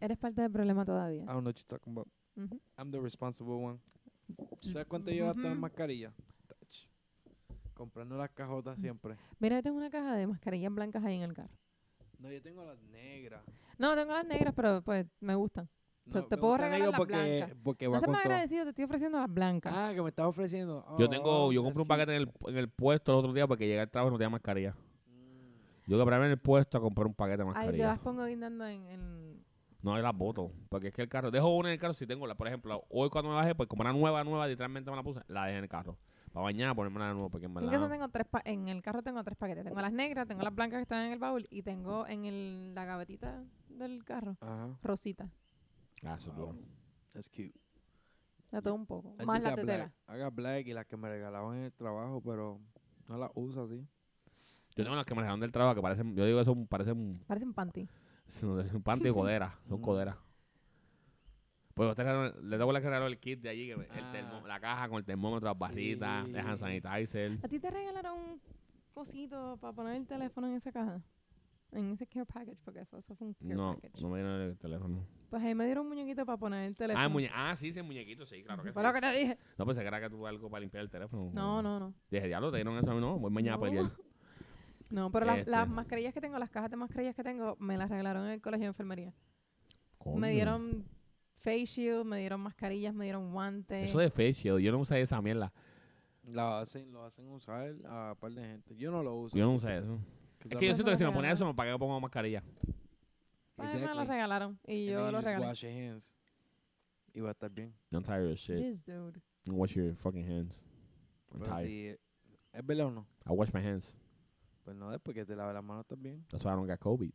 Speaker 1: Eres parte del problema todavía.
Speaker 3: I don't know what you're talking about.
Speaker 1: Ujú.
Speaker 3: I'm the responsible one. ¿Sabes cuánto yo gasto en
Speaker 1: Ujú.
Speaker 3: mascarilla? Tach. Comprando las cajotas siempre.
Speaker 1: Mira, yo tengo una caja de mascarillas blancas ahí en el carro.
Speaker 3: No, yo tengo las negras.
Speaker 1: No, tengo las negras, pero pues me gustan.
Speaker 3: No,
Speaker 1: So, te
Speaker 3: me
Speaker 1: puedo
Speaker 3: gusta
Speaker 1: regalar
Speaker 3: negro
Speaker 1: las blancas.
Speaker 3: porque, porque
Speaker 1: No
Speaker 3: va
Speaker 1: seas
Speaker 3: con
Speaker 1: más
Speaker 3: todo.
Speaker 1: agradecido, te estoy ofreciendo las blancas.
Speaker 3: Ah, que me estás ofreciendo.
Speaker 2: Yo
Speaker 3: Oh,
Speaker 2: tengo, yo
Speaker 3: that's
Speaker 2: compré un
Speaker 3: cute.
Speaker 2: paquete en el, en el puesto el otro día porque llegué al trabajo y no tenía mascarilla.
Speaker 3: Mm.
Speaker 2: Yo que pararme en el puesto a comprar un paquete de
Speaker 1: Ay, yo
Speaker 2: mascarilla.
Speaker 1: las pongo guindando en, en-
Speaker 2: No, yo las boto. Porque es que el carro, dejo una en el carro si tengo la. Por ejemplo, hoy cuando me bajé, pues como una nueva, nueva, literalmente me la puse, la dejé en el carro. Para mañana ponerme la nueva, porque en
Speaker 1: en casa
Speaker 2: verdad.
Speaker 1: tengo tres pa- en el carro tengo tres paquetes. Tengo las negras, tengo las blancas que están en el baúl y tengo en el- la gavetita del carro
Speaker 3: Ajá,
Speaker 1: rosita.
Speaker 2: Ah, eso es
Speaker 3: Wow.
Speaker 2: bueno.
Speaker 3: that's cute.
Speaker 1: De todo un poco.
Speaker 3: I
Speaker 1: Más
Speaker 3: just
Speaker 1: las
Speaker 3: got
Speaker 1: de
Speaker 3: black.
Speaker 1: tela.
Speaker 3: I got black y las que me regalaban en el trabajo, pero no las uso así.
Speaker 2: Yo tengo las que me dejaron del trabajo que parecen, yo digo, eso parecen
Speaker 1: Parece un panty.
Speaker 2: Son panty y coderas. Son
Speaker 3: Mm.
Speaker 2: coderas. Pues usted regaló- le tengo que regalar el kit de allí, que me- el
Speaker 3: Ah.
Speaker 2: termo- la caja con el termómetro, las barritas,
Speaker 3: Sí.
Speaker 2: dejan sanitizer.
Speaker 1: ¿A ti te regalaron un cosito para poner el teléfono en esa caja? En ese care package, porque fue- eso fue un care
Speaker 2: No,
Speaker 1: package.
Speaker 2: no me dieron el teléfono.
Speaker 1: Pues ahí me dieron un muñequito para poner el teléfono.
Speaker 2: Ah, el muñe ah, sí, sí, el muñequito, sí, claro que sí.
Speaker 1: Fue lo que te dije.
Speaker 2: No pensé que era que tuve algo para limpiar el teléfono.
Speaker 1: No, no, no.
Speaker 2: Dije, ya lo dieron eso a mí, no, voy mañana
Speaker 1: No.
Speaker 2: a pelear.
Speaker 1: No, pero las-
Speaker 2: Este.
Speaker 1: las mascarillas que tengo, las cajas de mascarillas que tengo, me las regalaron en el colegio de enfermería. Me dieron face shield, me dieron mascarillas, me dieron guantes.
Speaker 2: Eso de fecio, yo no usé esa mierda.
Speaker 3: La hacen, lo hacen usar a un par de gente. Yo no lo uso.
Speaker 2: Yo no usé eso. Es que yo
Speaker 1: Eso
Speaker 2: siento
Speaker 1: lo
Speaker 2: que si me ponía
Speaker 1: regalaron.
Speaker 2: eso, me pagué que pongo mascarilla.
Speaker 1: Pues me los regalaron y yo los regalé.
Speaker 3: Y va a estar bien.
Speaker 2: Don't tire your shit.
Speaker 1: This dude.
Speaker 2: Don't wash your fucking hands. I'm
Speaker 3: Pero
Speaker 2: tired.
Speaker 3: si eh, es verdad o no,
Speaker 2: I wash my hands.
Speaker 3: pues no es porque te laves las manos también.
Speaker 2: That's why I don't get COVID.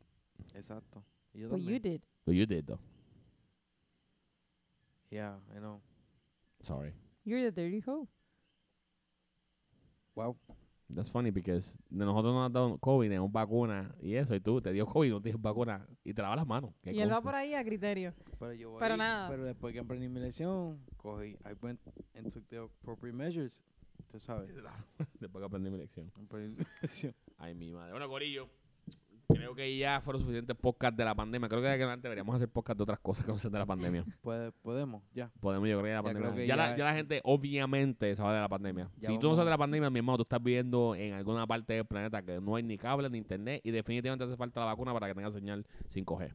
Speaker 3: Exacto. Y yo
Speaker 1: But you
Speaker 3: también.
Speaker 1: did.
Speaker 2: But you did though.
Speaker 3: Yeah, I know.
Speaker 2: Sorry.
Speaker 1: You're the dirty hoe.
Speaker 3: Wow.
Speaker 2: That's funny because de nosotros nos han dado COVID, tenemos vacuna y eso, y tú te dio COVID, no tienes vacuna y te lavas las manos. ¿Qué
Speaker 1: Y él va
Speaker 2: cosa?
Speaker 1: por ahí a criterio.
Speaker 3: Pero yo voy.
Speaker 1: Pero nada.
Speaker 3: Pero después que aprendí mi lección, cogí. I went and took the appropriate measures. Tú sabes.
Speaker 2: Después que aprendí mi lección.
Speaker 3: aprendí mi lección.
Speaker 2: Ay, mi madre. Bueno, Corillo, creo que ya fueron suficientes podcasts de la pandemia. Creo que de aquí en adelante deberíamos hacer podcasts de otras cosas que no sean de la pandemia.
Speaker 3: Puede- podemos, ya.
Speaker 2: Podemos, yo creo que de la
Speaker 3: Ya
Speaker 2: pandemia.
Speaker 3: creo que
Speaker 2: ya, la,
Speaker 3: ya-
Speaker 2: ya la gente, obviamente, sabe de la pandemia.
Speaker 3: Ya
Speaker 2: si tú no
Speaker 3: vamos-
Speaker 2: sabes de la pandemia, mi hermano, tú estás viviendo en alguna parte del planeta que no hay ni cable ni internet y definitivamente hace falta la vacuna para que tenga señal 5G.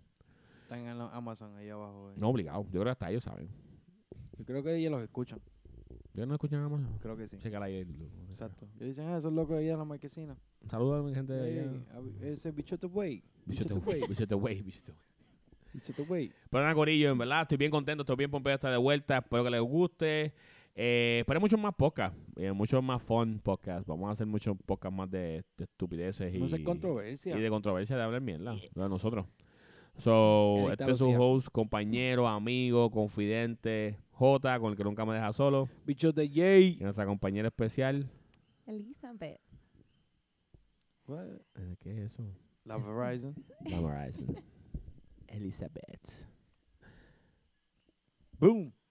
Speaker 3: Están en la Amazon ahí abajo. eh.
Speaker 2: No obligado. Yo creo que hasta ellos saben.
Speaker 3: Yo creo que ellos los escuchan.
Speaker 2: Yo no escuché nada más.
Speaker 3: Creo que sí.
Speaker 2: Chécala ahí.
Speaker 3: Exacto. Yo dicen, ah, esos locos allá en la marquesina.
Speaker 2: Saludos a mi gente de allá.
Speaker 3: Ey, a- ese bichote güey.
Speaker 2: Bichote
Speaker 3: Bichote güey.
Speaker 2: güey, bichote güey, bichote güey.
Speaker 3: Bichote güey.
Speaker 2: Pero nada, Corillo, en verdad, estoy bien contento, estoy bien pompeado estar de vuelta. Espero que les guste. Eh, espero muchos más podcasts, eh, muchos más fun podcasts. Vamos a hacer muchos podcasts más de, de estupideces y,
Speaker 3: No sé
Speaker 2: y
Speaker 3: controversia.
Speaker 2: de controversia de hablar mierda.
Speaker 3: Yes.
Speaker 2: Lo de nosotros. So,
Speaker 3: Edita
Speaker 2: este es su
Speaker 3: Lucía.
Speaker 2: host, compañero, amigo, confidente, J, con el que nunca me deja solo.
Speaker 3: Bichote yay.
Speaker 2: Y nuestra compañera especial.
Speaker 1: Elizabeth.
Speaker 3: What?
Speaker 2: eh, ¿Qué es eso?
Speaker 3: La Verizon.
Speaker 2: Elizabeth.
Speaker 3: Boom.